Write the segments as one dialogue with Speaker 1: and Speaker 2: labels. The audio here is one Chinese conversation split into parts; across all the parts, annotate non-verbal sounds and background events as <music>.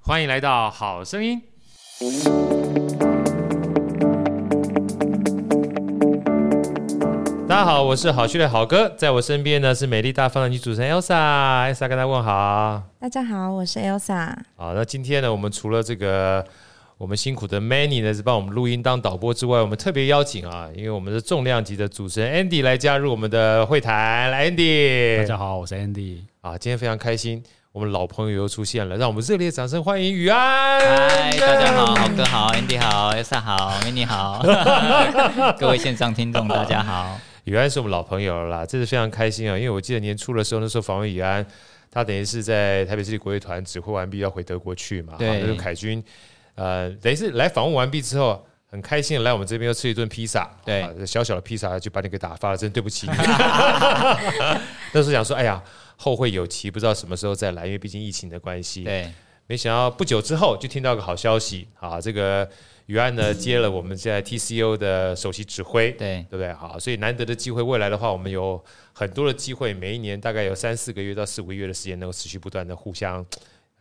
Speaker 1: 欢迎来到《好声音》。大家好，我是好趣的好哥，在我身边呢是美丽大方的女主持人 Elsa，Elsa 跟大家问好。
Speaker 2: 大家好，我是 Elsa。
Speaker 1: 好，那今天呢，我们除了这个我们辛苦的 Many 呢是帮我们录音当导播之外，我们特别邀请啊，因为我们的重量级的主持人 Andy 来加入我们的会谈。来，Andy，
Speaker 3: 大家好，我是 Andy。
Speaker 1: 啊，今天非常开心，我们老朋友又出现了，让我们热烈掌声欢迎雨安。
Speaker 4: 嗨，大家好，豪哥好，Andy 好，Elsa 好
Speaker 1: <laughs>
Speaker 4: ，Mini 好，各位线上听众大家好。
Speaker 1: 雨安是我们老朋友了啦，这次非常开心啊，因为我记得年初的时候，那时候访问雨安，他等于是在台北市立国乐团指挥完毕要回德国去嘛，
Speaker 4: 对
Speaker 1: 好那就是凯军，呃，等于是来访问完毕之后。很开心的来我们这边又吃一顿披萨，
Speaker 4: 对
Speaker 1: 啊小小的披萨就把你给打发了，真对不起
Speaker 4: <laughs>
Speaker 1: 你。那时候想说，哎呀，后会有期，不知道什么时候再来，因为毕竟疫情的关系。
Speaker 4: 对，
Speaker 1: 没想到不久之后就听到个好消息啊，这个于安呢接了我们现在 TCO 的首席指挥，
Speaker 4: 对
Speaker 1: 对不对？好，所以难得的机会，未来的话，我们有很多的机会，每一年大概有三四个月到四五个月的时间，能够持续不断的互相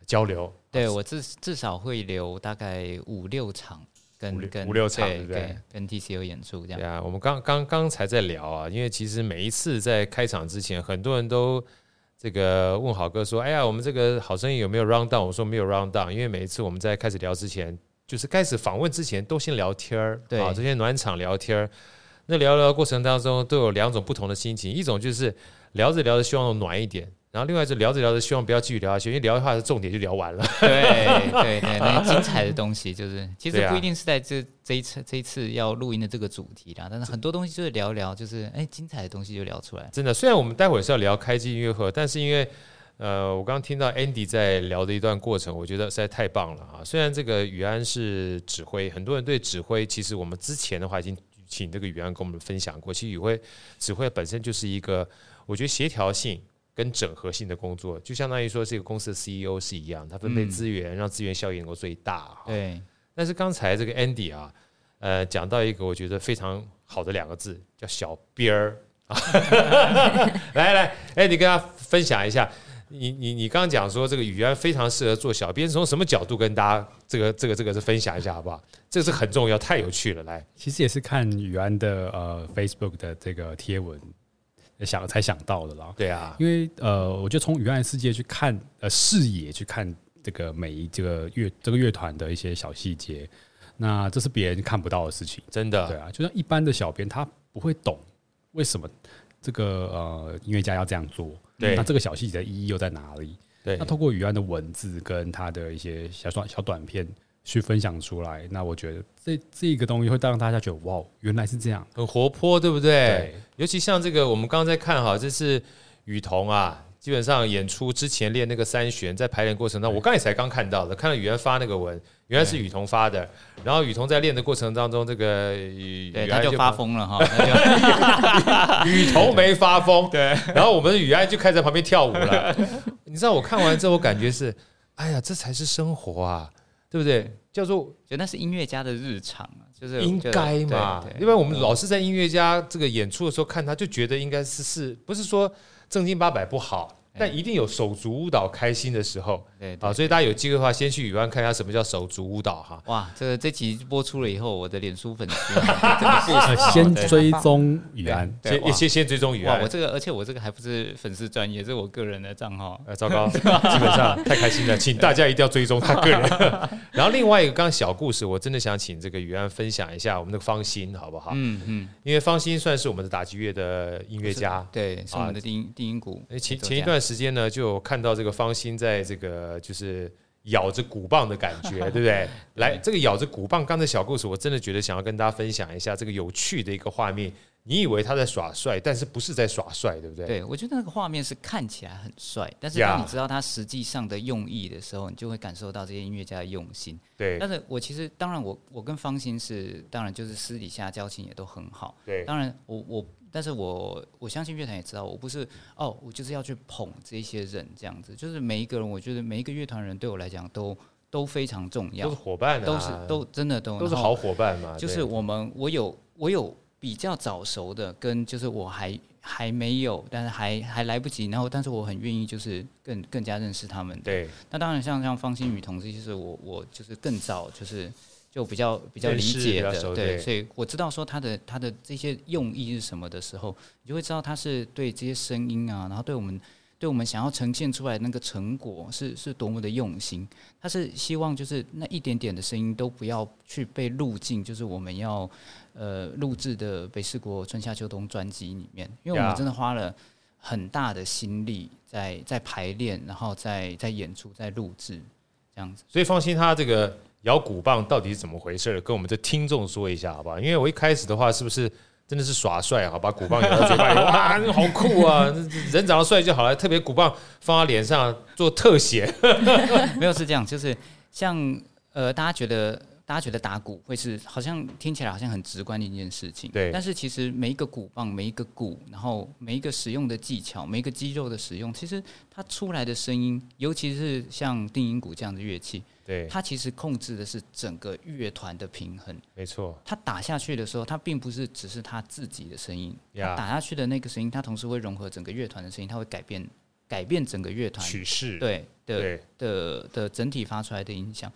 Speaker 1: 交流。
Speaker 4: 对我至至少会留大概五六场
Speaker 1: 五六
Speaker 4: 跟跟
Speaker 1: 五六场对
Speaker 4: 对
Speaker 1: 不对
Speaker 4: 跟 TCO 演出这
Speaker 1: 对
Speaker 4: 样。
Speaker 1: 啊，我们刚刚刚才在聊啊，因为其实每一次在开场之前，很多人都这个问好哥说：“哎呀，我们这个好声音有没有 round down？” 我说没有 round down，因为每一次我们在开始聊之前，就是开始访问之前都先聊天儿，
Speaker 4: 对
Speaker 1: 啊，这些暖场聊天儿。那聊聊过程当中都有两种不同的心情，一种就是聊着聊着希望暖一点，然后另外就聊着聊着希望不要继续聊下去，因为聊的话重点就聊完了。
Speaker 4: 对对对，那些精彩的东西就是，其
Speaker 1: 对
Speaker 4: 实
Speaker 1: 啊
Speaker 4: 不一定是在这这一次这一次要录音的这个主题啦，但是很多东西就是聊一聊，就是哎、精彩的东西就聊出来。
Speaker 1: 真的，虽然我们待会儿是要聊开机音乐会，但是因为呃，我刚刚听到 Andy 在聊的一段过程，我觉得实在太棒了啊！虽然这个雨安是指挥，很多人对指挥，其实我们之前的话已经请这个雨安跟我们分享过，其实雨会指挥本身就是一个，我觉得协调性。跟整合性的工作，就相当于说是一个公司的 CEO 是一样，他分配
Speaker 4: 嗯
Speaker 1: 资源，让资源效益能够最大啊。
Speaker 4: 对
Speaker 1: 但是刚才这个 Andy 啊，呃，讲到一个我觉得非常好的两个字，叫小边儿。 <laughs> 来来，Andy 跟大家分享一下，你你你刚刚讲说这个语言非常适合做小编，从什么角度跟大家这个这个这个是分享一下好不好？这是很重要，太有趣了。来，
Speaker 3: 其实也是看宇安的呃 Facebook 的这个贴文，想才想到的啦。
Speaker 1: 对啊，
Speaker 3: 因为呃，我觉得从宇安的世界去看呃视野去看这个每一这个乐这个乐团的一些小细节，那这是别人看不到的事情。
Speaker 1: 真
Speaker 3: 对
Speaker 1: 的，
Speaker 3: 啊，就像一般的小编他不会懂为什么这个呃音乐家要这样做，
Speaker 1: 对
Speaker 3: 那这个小细节的意义又在哪里？
Speaker 1: 对
Speaker 3: 那，透过宇安的文字跟他的一些小短小短片去分享出来，那我觉得这这个东西会让大家觉得哇，原来是这样。
Speaker 1: 很活泼，对不对？，尤其像这个，我们刚刚在看哈，这是雨桐啊，基本上演出之前练那个三弦，在排练过程当中，我刚才才刚看到的，看到雨安发那个文，原来是雨桐发的。然后雨桐在练的过程当中，这个雨
Speaker 4: 对，
Speaker 1: 雨
Speaker 4: 他
Speaker 1: 安
Speaker 4: 就发
Speaker 1: 跑，
Speaker 4: 疯了哈，他就。
Speaker 1: 雨桐没发疯
Speaker 4: 对。
Speaker 1: 然后我们的雨安就开始在旁边跳舞了。你知道我看完之后，我感觉是，哎呀，这才是生活啊，对不对？叫做
Speaker 4: 就那是音乐家的日常啊，就是
Speaker 1: 应该嘛
Speaker 4: 就对，对
Speaker 1: 因为我们老是在音乐家这个演出的时候看他，就觉得应该是是不是说正经八百不好，
Speaker 4: 哎
Speaker 1: 但一定有手足舞蹈开心的时候
Speaker 4: 对对
Speaker 1: 啊，所以大家有机会的话，先去雨湾看一下什么叫手足舞蹈哈。
Speaker 4: 哇，这个这集播出了以后，我的脸书
Speaker 1: <laughs>
Speaker 4: 粉丝啊真的是
Speaker 1: 哎
Speaker 3: 呃先追踪宇
Speaker 4: 对
Speaker 3: 安，
Speaker 4: 对
Speaker 1: 先
Speaker 4: 哇
Speaker 1: 先先追踪雨
Speaker 4: 哇，我
Speaker 1: 湾，
Speaker 4: 这个而且我这个还不是粉丝专业，这是我个人的账号。
Speaker 1: 呃，糟 <laughs> 糕，基本上太开心了，请大家一定要追踪他 <laughs> 个人。然后另外一个刚刚小故事，我真的想请这个雨安分享一下我们那个方心好不好？
Speaker 4: 嗯嗯，
Speaker 1: 因为方心算是我们的打击乐的音乐家，
Speaker 4: 对，是我们的定音定音鼓
Speaker 1: 诶啊哎前
Speaker 4: 演奏
Speaker 1: 前一
Speaker 4: 家
Speaker 1: 段时间呢，就有看到这个方心在这个就是咬着鼓棒的感觉，对不对？来，这个咬着鼓棒，刚才小故事，我真的觉得想要跟大家分享一下这个有趣的一个画面。你以为他在耍帅，但是不是在耍帅，对不对？
Speaker 4: 对，我觉得那个画面是看起来很帅，但是
Speaker 1: Yeah
Speaker 4: 当你知道他实际上的用意的时候，你就会感受到这些音乐家的用心。
Speaker 1: 对
Speaker 4: 但是我其实当然我我跟方心是当然就是私底下交情也都很好，
Speaker 1: 对
Speaker 4: 当然我我但是我我相信乐团也知道，我不是哦，我就是要去捧这些人这样子，就是每一个人，我觉得每一个乐团人对我来讲都都非常重
Speaker 1: 都
Speaker 4: 要
Speaker 1: 是，伙伴、啊，
Speaker 4: 都是都真的都
Speaker 1: 都是
Speaker 4: 然后
Speaker 1: 好伙伴嘛。
Speaker 4: 就是
Speaker 1: 对
Speaker 4: 我们，我有我有比较早熟的，跟就是我还还没有，但是还还来不及，然后但是我很愿意就是更更加认识他们。
Speaker 1: 对，
Speaker 4: 那当然像像方心宇同志，就是我我就是更早就是就比较比较
Speaker 1: 认
Speaker 4: 理
Speaker 1: 识
Speaker 4: 解
Speaker 1: 比较
Speaker 4: 的，
Speaker 1: 熟
Speaker 4: 对，
Speaker 1: 对
Speaker 4: 所以我知道说他的他的这些用意是什么的时候，你就会知道他是对这些声音啊，然后对我们对我们想要呈现出来的那个成果是是多么的用心。他是希望就是那一点点的声音都不要去被录进，就是我们要呃录制的《北四国春夏秋冬》专辑里面，因为我们
Speaker 1: Yeah
Speaker 4: 真的花了。很大的心力在在排练，然后在在演出，在录制，这样子。
Speaker 1: 所以放心，他这个摇鼓棒到底是怎么回事儿，跟我们的听众说一下好不好？因为我一开始的话，是不是真的是耍帅啊？把鼓棒摇到嘴巴里， <laughs> 哇，那好酷啊！人长得帅就好了，特别鼓棒放在脸上做特写，
Speaker 4: <laughs> 没有是这样，就是像呃，大家觉得大家觉得打鼓会是好像听起来好像很直观的一件事情，
Speaker 1: 对
Speaker 4: 但是其实每一个鼓棒、每一个鼓，然后每一个使用的技巧、每一个肌肉的使用，其实它出来的声音，尤其是像定音鼓这样的乐器，
Speaker 1: 对，
Speaker 4: 它其实控制的是整个乐团的平衡。
Speaker 1: 没错，
Speaker 4: 它打下去的时候，它并不是只是他自己的声音，
Speaker 1: 呀
Speaker 4: 它打下去的那个声音，它同时会融合整个乐团的声音，它会改变改变整个乐团
Speaker 1: 曲式，
Speaker 4: 对的
Speaker 1: 对
Speaker 4: 的的整体发出来的影响。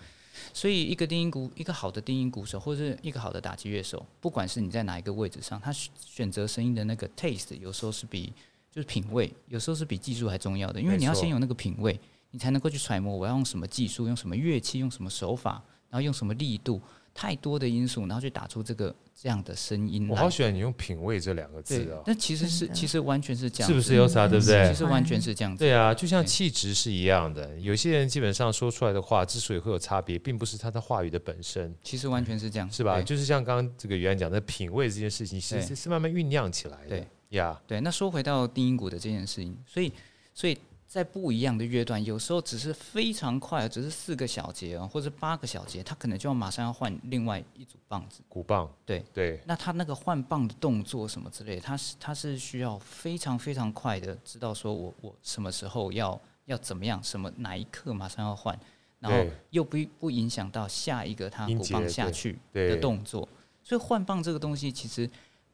Speaker 4: 所以，一个定音鼓，一个好的定音鼓手，或者是一个好的打击乐手，不管是你在哪一个位置上，他选选择声音的那个 taste，有时候是比就是品味，有时候是比技术还重要的，因为
Speaker 1: 没
Speaker 4: 你要
Speaker 1: 错
Speaker 4: 先有那个品味，你才能够去揣摩我要用什么技术，用什么乐器，用什么手法，然后用什么力度，太多的因素，然后去打出这个这样的声音
Speaker 1: 我
Speaker 4: 来
Speaker 1: 好。喜欢你用“品味”这两个
Speaker 4: 嗯对
Speaker 1: 字哦，，
Speaker 4: 但其实是
Speaker 2: 真的
Speaker 4: 其实完全是这样
Speaker 1: 是
Speaker 4: 子，
Speaker 1: 不是有啥？对不对
Speaker 4: 其？实完全是这样子。
Speaker 1: 对啊，就像
Speaker 4: 对
Speaker 1: 气质是一样的，有些人基本上说出来的话之所以会有差别，并不是他的话语的本身，
Speaker 4: 其实完全是这样，
Speaker 1: 是吧？
Speaker 4: 嗯对
Speaker 1: 就是像刚刚这个原来讲的品味这件事情，是
Speaker 4: 对
Speaker 1: 是是慢慢酝酿起来的
Speaker 4: 对
Speaker 1: 呀。
Speaker 4: 对，那说回到定音鼓的这件事情，所以所以在不一样的乐段，有时候只是非常快，只是四个小节啊，或者八个小节，他可能就要马上要换另外一组棒子。
Speaker 1: 鼓棒，
Speaker 4: 对
Speaker 1: 对，
Speaker 4: 那他那个换棒的动作什么之类的，他是他是需要非常非常快的知道说我我什么时候要要怎么样，什么哪一刻马上要换，然后
Speaker 1: 对
Speaker 4: 又不不影响到下一个他
Speaker 1: 音
Speaker 4: 鼓
Speaker 1: 节
Speaker 4: 棒下
Speaker 1: 对
Speaker 4: 去
Speaker 1: 对
Speaker 4: 的动作。所以换棒这个东西，其实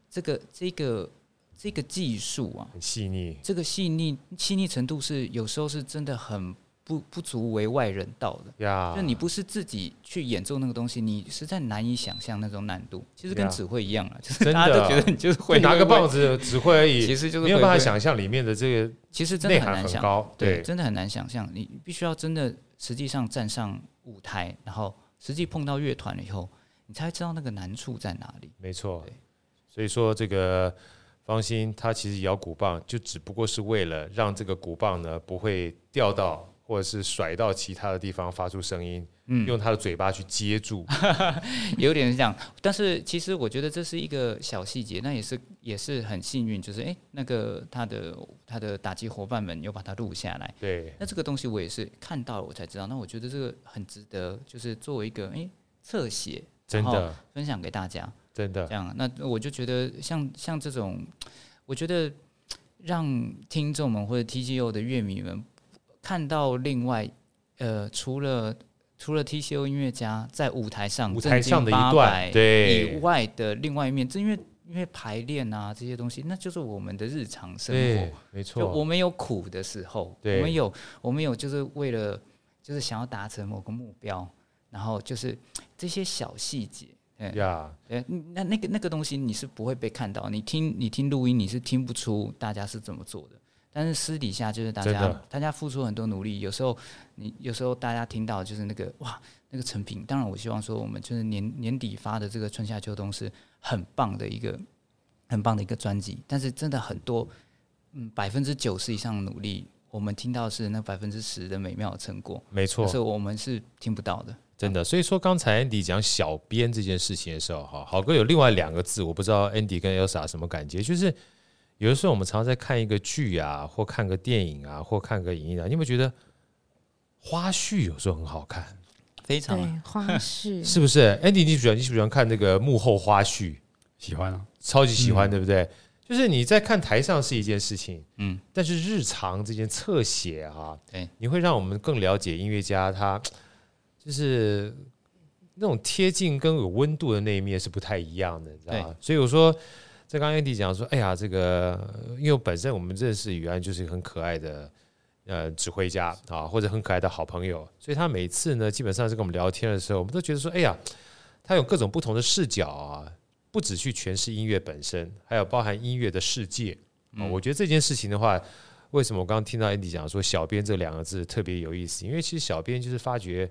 Speaker 4: 这个这个这个技术啊，
Speaker 1: 很细腻，
Speaker 4: 这个细腻细腻程度是有时候是真的很不不足为外人道的。
Speaker 1: 呀，
Speaker 4: 就你不是自己去演奏那个东西，你实在难以想象那种难度。其实跟
Speaker 1: Yeah
Speaker 4: 指挥一样啊， <laughs> 就是
Speaker 1: 真的
Speaker 4: 大家都觉得你就是
Speaker 1: 会
Speaker 4: 会
Speaker 1: 拿个棒
Speaker 4: 子，
Speaker 1: 子指挥而
Speaker 4: 其
Speaker 1: 已，
Speaker 4: 实就是
Speaker 1: 没有办法
Speaker 4: 会，
Speaker 1: 想象里面的这
Speaker 4: 其实
Speaker 1: 个
Speaker 4: 真的
Speaker 1: 内
Speaker 4: 很
Speaker 1: 涵
Speaker 4: 难
Speaker 1: 很
Speaker 4: 想，
Speaker 1: 高，
Speaker 4: 对，
Speaker 1: 对，
Speaker 4: 真的很难想象。你必须要真的实际上站上舞台，然后实际碰到乐团了以后，你才会知道那个难处在哪里。
Speaker 1: 没错
Speaker 4: 对。
Speaker 1: 所以说这个方心他其实摇鼓棒，就只不过是为了让这个鼓棒呢不会掉到或者是甩到其他的地方发出声音，
Speaker 4: 嗯，
Speaker 1: 用他的嘴巴去接住，
Speaker 4: 有点像，但是其实我觉得这是一个小细节，那也是也是很幸运，就是诶，那个他的他的打击伙伴们有把它录下来。 <laughs>
Speaker 1: 对，
Speaker 4: 那这个东西我也是看到了我才知道，那我觉得这个很值得，就是作为一个诶侧写
Speaker 1: 真的
Speaker 4: 分享给大家。
Speaker 1: 真的
Speaker 4: 哦这样，那我就觉得像像这种，我觉得让听众们或者 TGO 的乐迷们看到另外呃，除了除了 TCO 音乐家在舞台上
Speaker 1: 舞台上的一
Speaker 4: 正经
Speaker 1: 段
Speaker 4: 800以
Speaker 1: 对。
Speaker 4: 外的另外一面，这因为因为排练啊这些东西，那就是我们的日常生活
Speaker 1: 对。，没
Speaker 4: 就我
Speaker 1: 错，
Speaker 4: 们有苦的时候，我
Speaker 1: 对
Speaker 4: 们有我们有就是为了就是想要达成某个目标，然后就是这些小细节，对
Speaker 1: 呀，
Speaker 4: 对，那那个那个东西你是不会被看到，你听你听录音你是听不出大家是怎么做的，但是私底下就是大
Speaker 1: 真
Speaker 4: 家
Speaker 1: 的
Speaker 4: 大家付出很多努力，有时候你有时候大家听到就是那个哇那个成品，当然我希望说我们就是年年底发的这个春夏秋冬是很棒的一个很棒的一个专辑，但是真的很多嗯百分之九十以上的努力，我们听到是那百分之十的美妙的成果，
Speaker 1: 没
Speaker 4: 可
Speaker 1: 错，
Speaker 4: 是我们是听不到的。
Speaker 1: 真的。所以说，刚才 Andy 讲小编这件事情的时候，哈，好哥有另外两个字，我不知道 Andy 跟 Elsa 什么感觉，就是有的时候我们常常在看一个剧啊，或看个电影啊，或看个影音啊，你有没有觉得花絮有时候很好看？
Speaker 4: 非常
Speaker 2: 对，花
Speaker 1: <laughs>
Speaker 2: 絮
Speaker 1: 是不是？Andy，你喜欢你喜不喜欢看那个幕后花絮？
Speaker 3: 喜欢啊，
Speaker 1: 超级喜欢，对不对？就是你在看台上是一件事情，
Speaker 4: 嗯，
Speaker 1: 但是日常这件侧写啊，
Speaker 4: 对，
Speaker 1: 你会让我们更了解音乐家他，就是那种贴近跟有温度的那一面是不太一样的，你知道吗？所以我说，在刚刚 Andy 讲说，哎呀，这个因为本身我们认识雨安就是一个很可爱的呃指挥家啊，或者很可爱的好朋友，所以他每次呢，基本上是跟我们聊天的时候，我们都觉得说，哎呀，他有各种不同的视角啊，不只去诠释音乐本身，还有包含音乐的世界。啊我觉得这件事情的话，为什么我刚刚听到 Andy 讲说“小编”这两个字特别有意思？因为其实小编就是发掘，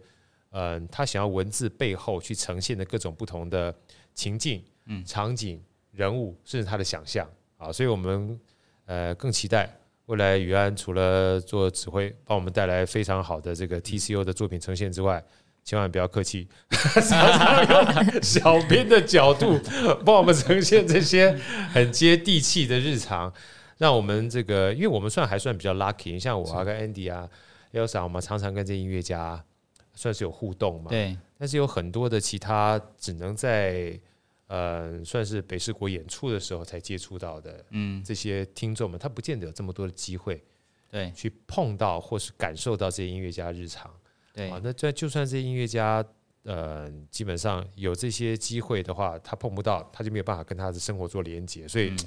Speaker 1: 嗯、他想要文字背后去呈现的各种不同的情境、嗯、场景、人物，甚至他的想象啊。所以我们呃更期待未来于安除了做指挥，帮我们带来非常好的这个 TCO 的作品呈现之外。千万不要客气， <laughs> 常常要拿小编的角度帮我们呈现这些很接地气的日常。让我们这个，因为我们算还算比较 lucky，像我啊跟 Andy 啊、Elsa，我们常常跟这些音乐家啊算是有互动嘛。
Speaker 4: 对，
Speaker 1: 但是有很多的其他只能在呃算是北市国演出的时候才接触到的
Speaker 4: 嗯，
Speaker 1: 这些听众们，他不见得有这么多的机会
Speaker 4: 对
Speaker 1: 去碰到或是感受到这些音乐家日常。
Speaker 4: 对
Speaker 1: 啊，那这就算这些音乐家，呃，基本上有这些机会的话，他碰不到，他就没有办法跟他的生活做连接。所以，
Speaker 4: 嗯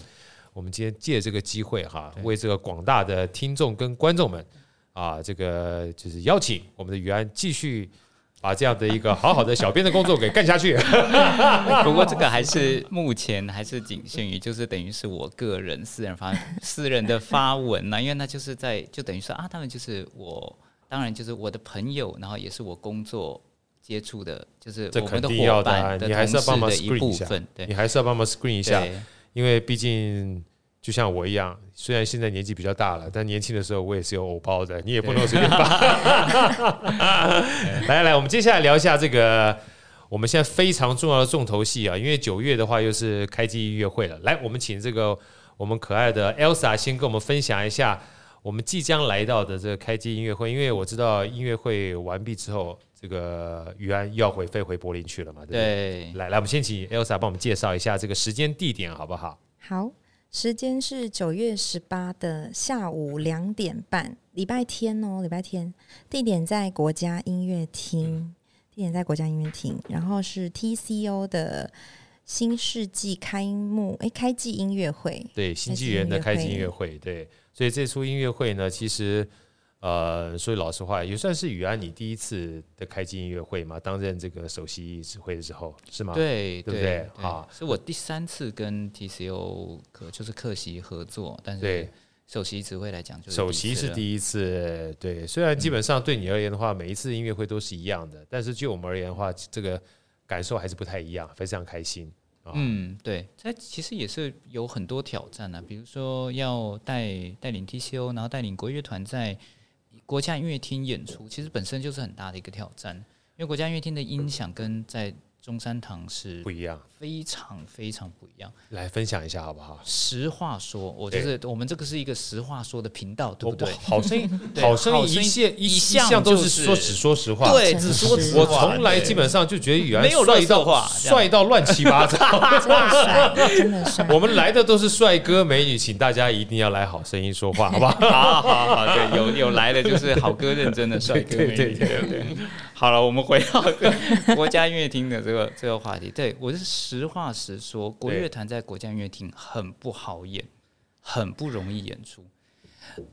Speaker 1: 我们今天借这个机会哈，为这个广大的听众跟观众们啊，这个就是邀请我们的于安继续。把这样的一个好好的小编的工作给干下去，
Speaker 4: 不过这个还是目前还是仅限于，就是等于是我个人私人发私人的发文呐、啊 <laughs> 因为那就是在就等于说啊，他们就是我，当然就是我的朋友，然后也是我工作接触的，就是
Speaker 1: 这
Speaker 4: 我们
Speaker 1: 肯
Speaker 4: 的
Speaker 1: 定要
Speaker 4: 伙
Speaker 1: 的啊
Speaker 4: 伴
Speaker 1: 你还是要
Speaker 4: 同
Speaker 1: 帮忙
Speaker 4: 事的一
Speaker 1: screen 一
Speaker 4: 部
Speaker 1: 下
Speaker 4: 分，对
Speaker 1: 你还是要帮忙 screen 一下，
Speaker 4: 对
Speaker 1: 因为毕竟就像我一样，虽然现在年纪比较大了，但年轻的时候我也是有偶包的，你也不能随便发。 <laughs> 来来来，我们接下来聊一下这个我们现在非常重要的重头戏啊，因为九月的话又是开机音乐会了。来，我们请这个我们可爱的 Elsa 先跟我们分享一下我们即将来到的这个开机音乐会，因为我知道音乐会完毕之后，这个于安又要回飞回柏林去了嘛，对不对？
Speaker 4: 对
Speaker 1: 来来，我们先请 Elsa 帮我们介绍一下这个时间地点好不好？
Speaker 2: 好，时间是九月十八的下午两点半，礼拜天哦，礼拜天，地点在国家音乐厅，地点在国家音乐厅，然后是 TCO 的新世纪开幕，哎，开季音乐会，
Speaker 1: 对，新纪元的开机音乐会，对，所以这出音乐会呢，其实呃，说句老实话，也算是雨安你第一次的开机音乐会嘛，担任这个首席指挥的时候是吗？，
Speaker 4: 对
Speaker 1: 对不对啊
Speaker 4: 是我第三次跟 TCO 可就是客席合作，但是
Speaker 1: 对
Speaker 4: 首席指挥来讲就是
Speaker 1: 首席
Speaker 4: 一次
Speaker 1: 是
Speaker 4: 了
Speaker 1: 第一次，对，虽然基本上对你而言的话，每一次音乐会都是一样的，但是就我们而言的话，这个感受还是不太一样，非常开心。啊
Speaker 4: 嗯，对，它其实也是有很多挑战啊，比如说要带带领 TCO，然后带领国乐团在国家音乐厅演出，其实本身就是很大的一个挑战，因为国家音乐厅的音响跟在中山堂是
Speaker 1: 不一样，
Speaker 4: 非常非常不一样。
Speaker 1: 来分享一下好不好？
Speaker 4: 实话说，我就是我们这个是一个实话说的频道，对
Speaker 1: 我
Speaker 4: 不对？
Speaker 1: 好声
Speaker 4: <laughs>
Speaker 1: 音，
Speaker 4: 对
Speaker 1: 好声
Speaker 4: 好
Speaker 1: 音一
Speaker 4: 声音
Speaker 1: 线
Speaker 4: 一
Speaker 1: 向
Speaker 4: 向
Speaker 1: 都
Speaker 4: 就是是
Speaker 1: 说只说实话，
Speaker 4: 对，
Speaker 2: 真
Speaker 4: 只
Speaker 2: 的
Speaker 4: 说
Speaker 2: 是
Speaker 4: 实
Speaker 1: 我
Speaker 4: 话
Speaker 1: 从来
Speaker 4: 对
Speaker 1: 基本上就觉得宇安
Speaker 4: 没有
Speaker 1: 帅
Speaker 4: 乱说
Speaker 1: 到
Speaker 4: 话这样
Speaker 1: 帅到乱七八糟。
Speaker 2: 真的帅，真的帅，
Speaker 1: 我们来的都是帅哥美女，请大家一定要来好声音说话，好不
Speaker 4: <laughs>
Speaker 1: 好？ <laughs>
Speaker 4: 好好好，对，有有来的就是好哥认真的帅哥
Speaker 1: 对
Speaker 4: 美女，
Speaker 1: 对
Speaker 4: 对对对。好了，我们回到这个 <laughs> 国家音乐厅的这个这个话题。对我是实话实说，国乐团在国家音乐厅很不好演，很不容易演出。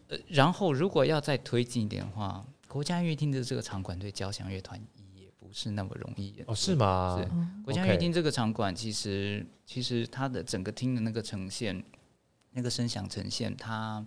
Speaker 4: 呃，然后如果要再推进一点的话，国家音乐厅的这个场馆对交响乐团也不是那么容易演出。
Speaker 1: 哦，是吗？
Speaker 4: 是国家音乐厅这个场馆，其实其实它的整个厅的那个呈现，那个声响呈现，它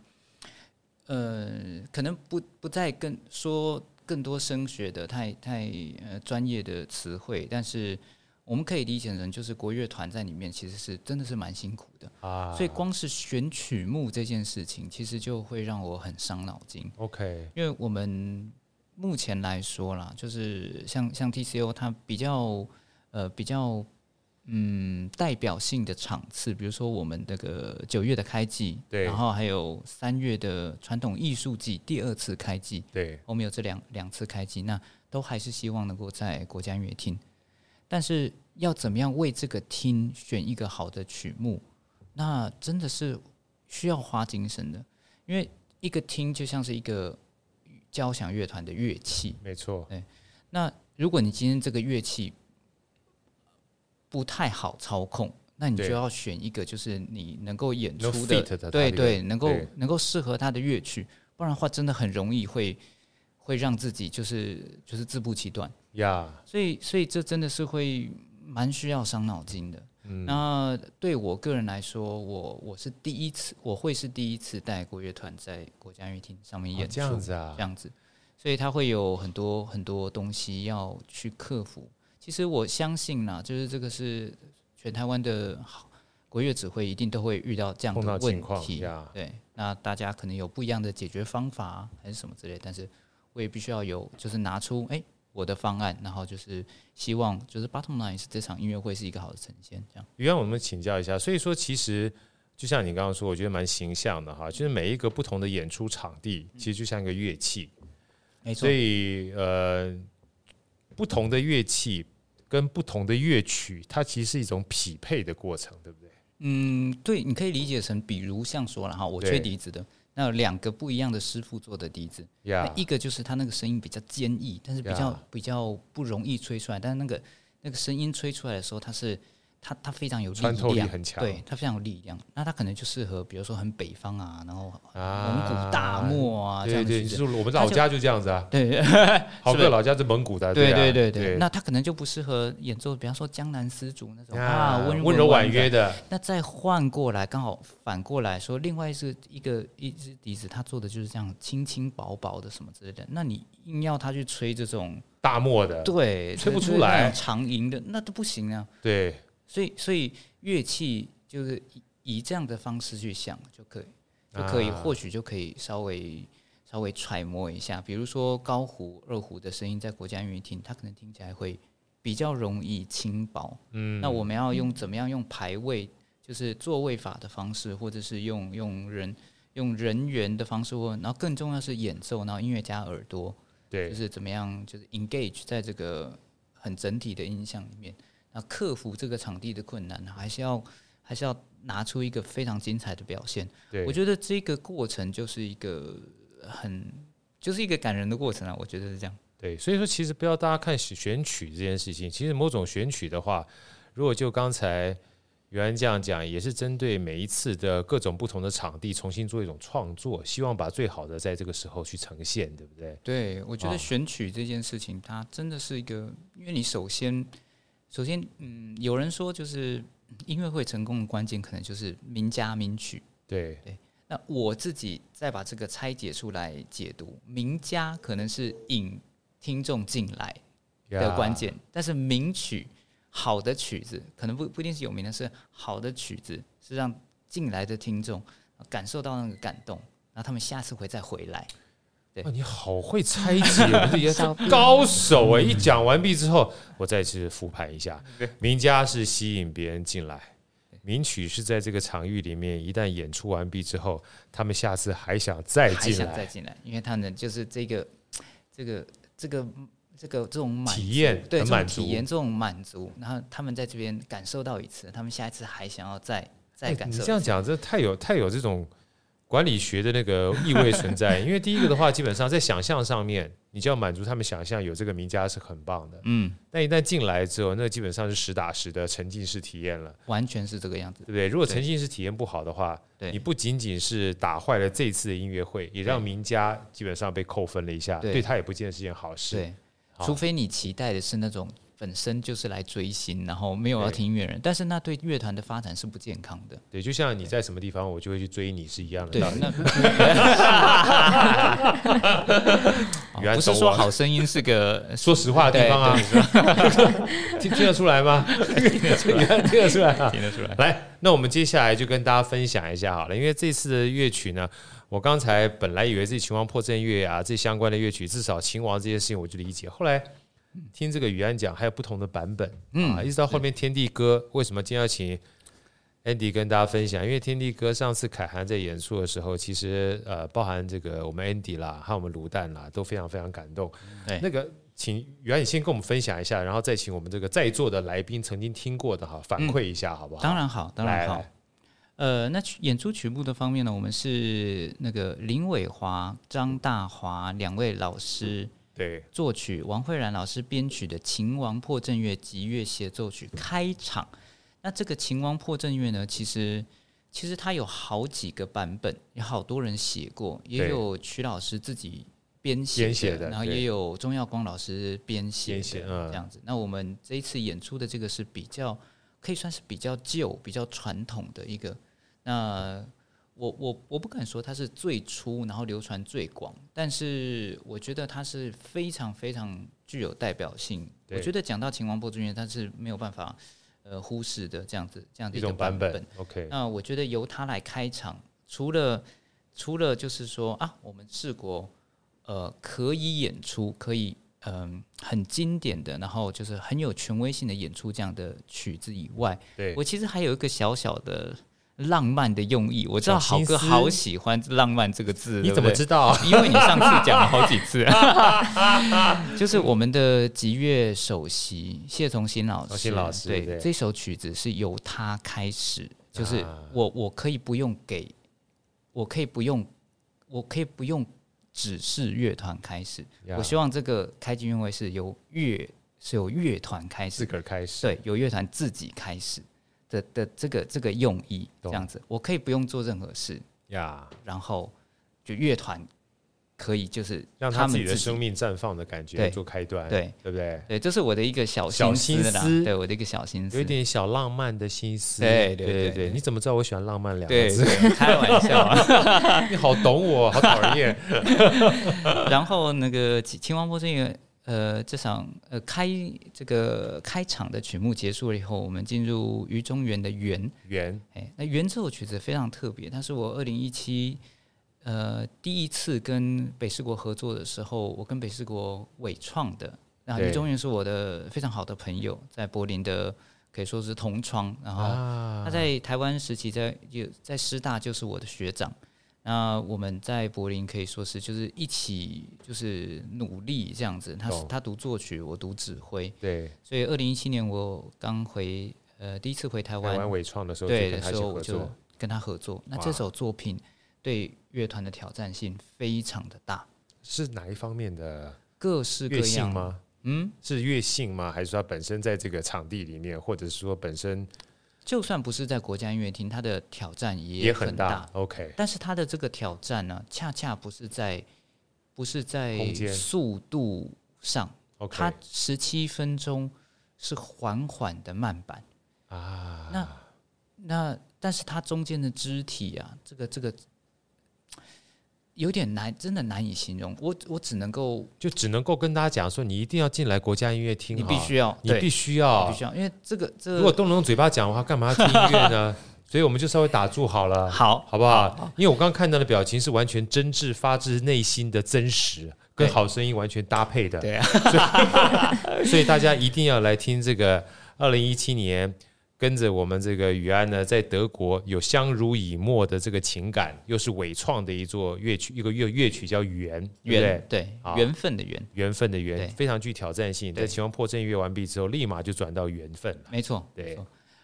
Speaker 4: 呃，可能不不再更说更多声学的太太呃专业的词汇，但是我们可以理解成，就是国乐团在里面其实是真的是蛮辛苦的，
Speaker 1: 啊，
Speaker 4: 所以光是选曲目这件事情，其实就会让我很伤脑筋。
Speaker 1: OK，
Speaker 4: 因为我们目前来说啦，就是像像 TCO 它比较呃比较嗯代表性的场次，比如说我们那个九月的开季，
Speaker 1: 对
Speaker 4: 然后还有三月的传统艺术季第二次开季，
Speaker 1: 对，
Speaker 4: 我们有这两两次开机，那都还是希望能够在国家音乐厅，但是要怎么样为这个厅选一个好的曲目，那真的是需要花精神的，因为一个厅就像是一个交响乐团的乐器，
Speaker 1: 没错，
Speaker 4: 如果你今天这个乐器不太好操控，那你就
Speaker 1: 对
Speaker 4: 要选一个就是你能够演
Speaker 1: 能
Speaker 4: 出
Speaker 1: fit 的它
Speaker 4: 对
Speaker 1: 的
Speaker 4: 对，能够
Speaker 1: 对
Speaker 4: 能够适合他的乐曲，不然的话真的很容易会会让自己就是就是自不其短。
Speaker 1: 呀，
Speaker 4: 所以所以这真的是会蛮需要伤脑筋的。
Speaker 1: 嗯
Speaker 4: 那对我个人来说，我我是第一次，我会是第一次带国乐团在国家音乐厅上面
Speaker 1: 哦
Speaker 4: 演出、
Speaker 1: 这样子啊
Speaker 4: 这，样子，所以它会有很多很多东西要去克服。其实我相信啦，就是这个是全台湾的好国乐指挥一定都会遇到这样
Speaker 1: 碰到
Speaker 4: 的
Speaker 1: 情
Speaker 4: 问
Speaker 1: 况
Speaker 4: 题
Speaker 1: 呀，
Speaker 4: 对，那大家可能有不一样的解决方法啊还是什么之类，但是我也必须要有，就是拿出哎、我的方案，然后就是希望就是 bottom line 是这场音乐会是一个好的呈现，这样。
Speaker 1: 于安，我们请教一下。所以说，其实就像你刚刚说，我觉得蛮形象的哈，就是每一个不同的演出场地，其实就像一个乐器，
Speaker 4: 没错
Speaker 1: 所，以呃，不同的乐器跟不同的乐曲，它其实是一种匹配的过程，对不对？
Speaker 4: 嗯，对，你可以理解成，比如像说了哈，我
Speaker 1: 对
Speaker 4: 吹笛子的，那有两个不一样的师傅做的笛子，
Speaker 1: 呀
Speaker 4: 那，一个就是他那个声音比较坚毅，但是比较
Speaker 1: Yeah.
Speaker 4: 比较不容易吹出来，但是那个那个声音吹出来的时候，它是它它非常有力
Speaker 1: 穿
Speaker 4: 量，
Speaker 1: 透力很强，
Speaker 4: 对，它非常有力量。那它可能就适合，比如说很北方啊，然后蒙
Speaker 1: 啊，
Speaker 4: 古大漠啊这
Speaker 1: 对
Speaker 4: 样
Speaker 1: 对，
Speaker 4: 子。
Speaker 1: 就是我们老家就这样子啊，
Speaker 4: 对
Speaker 1: 豪
Speaker 4: 是
Speaker 1: 哥老家是蒙古的啊，
Speaker 4: 对
Speaker 1: 啊
Speaker 4: 对
Speaker 1: 对
Speaker 4: 对对，那它可能就不适合演奏，比方说江南丝竹那种
Speaker 1: 啊
Speaker 4: 啊，温
Speaker 1: 温柔婉
Speaker 4: 婉
Speaker 1: 约
Speaker 4: 的。
Speaker 1: 的，
Speaker 4: 那再换过来，刚好反过来说，另外是一个一只笛子，它做的就是这样轻轻薄薄的什么之类的。那你硬要它去吹这种，
Speaker 1: 大漠的，
Speaker 4: 对，
Speaker 1: 吹不
Speaker 4: 就
Speaker 1: 出
Speaker 4: 是那
Speaker 1: 来
Speaker 4: 种长音的，那都不行啊。
Speaker 1: 对，
Speaker 4: 所以，所以乐器就是以以这样的方式去想就可以，就可以，
Speaker 1: 啊
Speaker 4: 或许就可以稍微稍微揣摩一下。比如说高胡、二胡的声音，在国家音乐厅，它可能听起来会比较容易轻薄。
Speaker 1: 嗯，
Speaker 4: 那我们要用怎么样用排位，就是座位法的方式，或者是用用人用人员的方式，或然后更重要是演奏，然后音乐家耳朵，
Speaker 1: 对
Speaker 4: 就，是怎么样就是 engage 在这个很整体的音响里面，那克服这个场地的困难，还是要还是要拿出一个非常精彩的表现。
Speaker 1: 对，
Speaker 4: 我觉得这个过程就是一个很就是一个感人的过程啊，我觉得是这样。
Speaker 1: 对，所以说其实不要大家看选选曲这件事情，其实某种选曲的话，如果就刚才原来这样讲，也是针对每一次的各种不同的场地重新做一种创作，希望把最好的在这个时候去呈现，对不对？
Speaker 4: 对，我觉
Speaker 1: 哦
Speaker 4: 得选曲这件事情，它真的是一个，因为你首先，首先，嗯，有人说就是嗯音乐会成功的关键可能就是名家名曲。
Speaker 1: 对，
Speaker 4: 那我自己再把这个拆解出来解读，名家可能是引听众进来的
Speaker 1: 呀
Speaker 4: 关键但是名曲好的曲子可能不不一定是有名的，是好的曲子是让进来的听众感受到那个感动，然后他们下次会再回来。
Speaker 1: 哇你好会拆解，我们这
Speaker 4: <laughs>
Speaker 1: 也是
Speaker 2: 小编
Speaker 1: 高手哎！一讲完毕之后，我再次复盘一下，名家是吸引别人进来，名曲是在这个场域里面，一旦演出完毕之后，他们下次还想再
Speaker 4: 还
Speaker 1: 进
Speaker 4: 想再
Speaker 1: 来
Speaker 4: 进来，因为他们就是这个、这个、这个、这个这种满
Speaker 1: 体验，
Speaker 4: 对
Speaker 1: 很
Speaker 4: 这
Speaker 1: 满
Speaker 4: 种
Speaker 1: 足
Speaker 4: 体。验、这种满足，然后他们在这边感受到一次，他们下一次还想要再再
Speaker 1: 哎
Speaker 4: 感
Speaker 1: 你
Speaker 4: 受一次。
Speaker 1: 这样讲，这太有太有这种管理学的那个意味存
Speaker 4: <laughs>
Speaker 1: 在。因为第一个的话，基本上在想象上面，你就要满足他们想象有这个名家是很棒的。
Speaker 4: 嗯，
Speaker 1: 但一旦进来之后，那基本上是实打实的沉浸式体验了。
Speaker 4: 完全是这个样子
Speaker 1: 对。不对？如果
Speaker 4: 对
Speaker 1: 沉浸式体验不好的话，
Speaker 4: 对
Speaker 1: 你不仅仅是打坏了这一次的音乐会，也让名家基本上被扣分了一下，
Speaker 4: 对
Speaker 1: 对他也不见得是件好事。
Speaker 4: 对，
Speaker 1: 好
Speaker 4: 除非你期待的是那种本身就是来追星，然后没有要
Speaker 1: 对
Speaker 4: 听音乐人，但是那对乐团的发展是不健康的。
Speaker 1: 对就像你在什么地方，我就会去追你是一样的
Speaker 4: 对
Speaker 1: 道， <laughs> 理。
Speaker 4: 那
Speaker 1: 原来
Speaker 4: 哦不是
Speaker 1: 懂
Speaker 4: 说
Speaker 1: 我
Speaker 4: 好声音是个
Speaker 1: 说实话的地方啊， <laughs> 听听得出来吗？听得出来啊，
Speaker 4: 听得出来。
Speaker 1: 来，那我们接下来就跟大家分享一下好了，因为这次的乐曲呢，我刚才本来以为这《秦王破阵乐》啊，这相关的乐曲，至少秦王这些事情我就理解。后来听这个雨安讲，还有不同的版本，
Speaker 4: 嗯
Speaker 1: 啊，一直到后面天地歌，为什么今天要请 Andy 跟大家分享？因为天地歌上次凯涵在演出的时候，其实呃，包含这个我们 Andy 啦，还有我们卤蛋啦，都非常非常感动。
Speaker 4: 对
Speaker 1: 那个请雨安，你先跟我们分享一下，然后再请我们这个在座的来宾曾经听过的哈反馈一下，好不好？
Speaker 4: 当然好，当
Speaker 1: 来
Speaker 4: 然好
Speaker 1: 来。
Speaker 4: 呃，那曲演出曲目的方面呢，我们是那个林伟华、张大华两位老师，
Speaker 1: 对，
Speaker 4: 作曲王慧然老师编曲的《秦王破阵乐》吉乐协奏曲开场。那这个《秦王破阵乐》呢，其实其实它有好几个版本，有好多人写过，也
Speaker 1: 对
Speaker 4: 有曲老师自己编写
Speaker 1: 编写的
Speaker 4: 然后
Speaker 1: 对
Speaker 4: 也有钟耀光老师编写
Speaker 1: 编
Speaker 4: 的
Speaker 1: 写嗯
Speaker 4: 这样子。那我们这一次演出的这个是比较可以算是比较旧、比较传统的一个。那我我我不敢说它是最初，然后流传最广，但是我觉得它是非常非常具有代表性。
Speaker 1: 对
Speaker 4: 我觉得讲到秦王破军乐，它是没有办法呃忽视的这样子这样的
Speaker 1: 一
Speaker 4: 一个
Speaker 1: 种版
Speaker 4: 本。
Speaker 1: 本。OK，
Speaker 4: 那我觉得由它来开场，除了除了就是说啊，我们治国呃可以演出，可以嗯、很经典的，然后就是很有权威性的演出这样的曲子以外，
Speaker 1: 对
Speaker 4: 我，其实还有一个小小的浪漫的用意，我知道
Speaker 1: 小
Speaker 4: 豪
Speaker 1: 心
Speaker 4: 哥
Speaker 1: 思
Speaker 4: 好喜欢“浪漫”这个字，
Speaker 1: 你怎么
Speaker 4: 对
Speaker 1: 知道？啊
Speaker 4: 不对？因为你上次讲了好几次，就是我们的吉乐首席谢从新老师，
Speaker 1: 从新哦老师
Speaker 4: 对
Speaker 1: 对
Speaker 4: 这首曲子是由他开始，就是
Speaker 1: 啊
Speaker 4: 我我可以不用给，我可以不用，我可以不用指示乐团开始，我希
Speaker 1: 望
Speaker 4: 望这个开机运会是由乐是由乐团开始
Speaker 1: 自个儿开始。
Speaker 4: 对，由乐团自己开始的的这个这个用意，这
Speaker 1: 懂
Speaker 4: 样子，我可以不用做任何事，
Speaker 1: 呀，
Speaker 4: 然后就乐团可以就是
Speaker 1: 让
Speaker 4: 他
Speaker 1: 他
Speaker 4: 们
Speaker 1: 自己的
Speaker 4: 自己
Speaker 1: 生命绽放的感觉
Speaker 4: 对
Speaker 1: 做开端，
Speaker 4: 对
Speaker 1: 对不对？
Speaker 4: 对，这是我的一个小
Speaker 1: 小
Speaker 4: 心
Speaker 1: 心
Speaker 4: 啦，
Speaker 1: 思
Speaker 4: 对我的一个小心思，
Speaker 1: 有一点小浪漫的心思，
Speaker 4: 对对
Speaker 1: 对
Speaker 4: 对对
Speaker 1: 你怎么知道我喜欢浪漫两个
Speaker 4: 对
Speaker 1: 字？
Speaker 4: 对，开玩笑啊。 <laughs>
Speaker 1: 你好懂我，好讨人厌。 <laughs>
Speaker 4: 然后那个秦秦王波这个呃这场呃开这个开场的曲目结束了以后，我们进入于中原的圆，
Speaker 1: 圆
Speaker 4: 哎，那原这首曲子非常特别，它是我二零一七呃第一次跟北师国合作的时候，我跟北师国伟创的，那
Speaker 1: 对
Speaker 4: 于中原是我的非常好的朋友，在柏林的可以说是同窗，然后
Speaker 1: 啊
Speaker 4: 哦他，在台湾时期在有在师大就是我的学长，那我们在柏林可以说是就是一起就是努力这样子，他是
Speaker 1: 懂
Speaker 4: 他读作曲，我读指挥，
Speaker 1: 对
Speaker 4: 所以二零一七年我刚回呃第一次回台
Speaker 1: 台
Speaker 4: 湾
Speaker 1: 湾伟创的时候就跟
Speaker 4: 对的
Speaker 1: 他一
Speaker 4: 时
Speaker 1: 起
Speaker 4: 候，
Speaker 1: 合
Speaker 4: 我就
Speaker 1: 作，
Speaker 4: 跟他合作。那
Speaker 1: 哇
Speaker 4: 这首作品对乐团的挑战性非常的大，
Speaker 1: 是哪一方面的
Speaker 4: 各式各
Speaker 1: 乐性
Speaker 4: 样？
Speaker 1: 吗？
Speaker 4: 嗯，
Speaker 1: 是乐性吗？还是说他本身在这个场地里面，或者是说本身
Speaker 4: 就算不是在国家音乐厅，它的挑战
Speaker 1: 也
Speaker 4: 很
Speaker 1: 很大？OK，
Speaker 4: 但是它的这个挑战呢，恰恰不是在不是在
Speaker 1: 空间
Speaker 4: 速度上，它
Speaker 1: OK
Speaker 4: 十七分钟是缓缓的慢板。
Speaker 1: 啊，
Speaker 4: 那那但是它中间的肢体啊，这个这个有点难，真的难以形容。我我只能够，
Speaker 1: 就只能够跟大家讲说，你一定要进来国家音乐厅
Speaker 4: 你
Speaker 1: 哈，
Speaker 4: 必须要，
Speaker 1: 你
Speaker 4: 对
Speaker 1: 必须要
Speaker 4: 必，须要，因为这个这
Speaker 1: 如果都能用嘴巴讲的话，干嘛要听音乐
Speaker 4: <laughs>
Speaker 1: 呢？所以我们就稍微打住好了。
Speaker 4: 好
Speaker 1: 好不好？因为我刚刚看到的表情是完全真挚、发自内心的真实，跟
Speaker 4: 对
Speaker 1: 好声音完全搭配的。
Speaker 4: 对啊
Speaker 1: 所以， <laughs> 所以大家一定要来听这个二零一七年。跟着我们这个雨安呢，在德国有相濡以沫的这个情感，又是伟创的一座乐曲，一个乐乐曲叫《缘》，对不对
Speaker 4: 缘对
Speaker 1: 好
Speaker 4: 缘分的缘，
Speaker 1: 缘分的缘
Speaker 4: 对，
Speaker 1: 非常具挑战性。在
Speaker 4: 对
Speaker 1: 秦王破阵乐完毕之后，立马就转到缘分了。
Speaker 4: 没错。
Speaker 1: 对，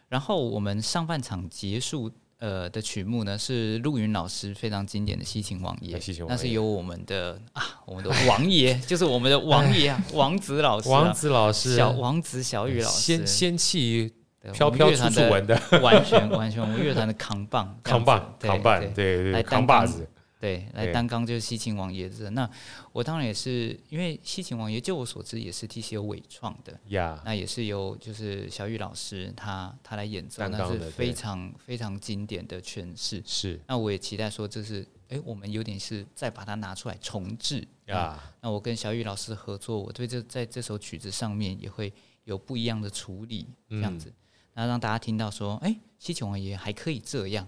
Speaker 4: 然后我们上半场结束呃的曲目呢是陆云老师非常经典的《西秦王爷
Speaker 1: 啊》，西秦王爷
Speaker 4: 那是由我们的啊我们的 <laughs> 王爷，就是我们的王爷啊王子老师啊，
Speaker 1: 哎王子老师，
Speaker 4: 小王子小雨老师
Speaker 1: 仙，仙气
Speaker 4: 对
Speaker 1: 飘
Speaker 4: 我们
Speaker 1: 飘
Speaker 4: 乐
Speaker 1: 处
Speaker 4: 团
Speaker 1: 处
Speaker 4: 的
Speaker 1: 闻的
Speaker 4: <laughs> 完全完全我们乐团的扛棒，这
Speaker 1: 扛
Speaker 4: 样子
Speaker 1: 棒，
Speaker 4: 对
Speaker 1: 扛棒，
Speaker 4: 对
Speaker 1: 对对对，
Speaker 4: 来担
Speaker 1: 扛把
Speaker 4: 当
Speaker 1: 子，
Speaker 4: 对，来
Speaker 1: 对
Speaker 4: 担纲就是西秦王爷这。那我当然也是，因为西秦王爷，就我所知也是 TCO 伪创的，
Speaker 1: 呀，
Speaker 4: 那也是由就是小雨老师他他来演奏，
Speaker 1: 啊担
Speaker 4: 那
Speaker 1: 纲
Speaker 4: 是
Speaker 1: 的
Speaker 4: 非
Speaker 1: 对
Speaker 4: 常非常经典的诠释。
Speaker 1: 是
Speaker 4: 那我也期待说，这是哎，我们有点是再把它拿出来重置。
Speaker 1: 呀，
Speaker 4: 那我跟小雨老师合作，我对这在这首曲子上面也会有不一样的处理，这样
Speaker 1: 嗯
Speaker 4: 子，那让大家听到说，哎，西秦王爷还可以这样。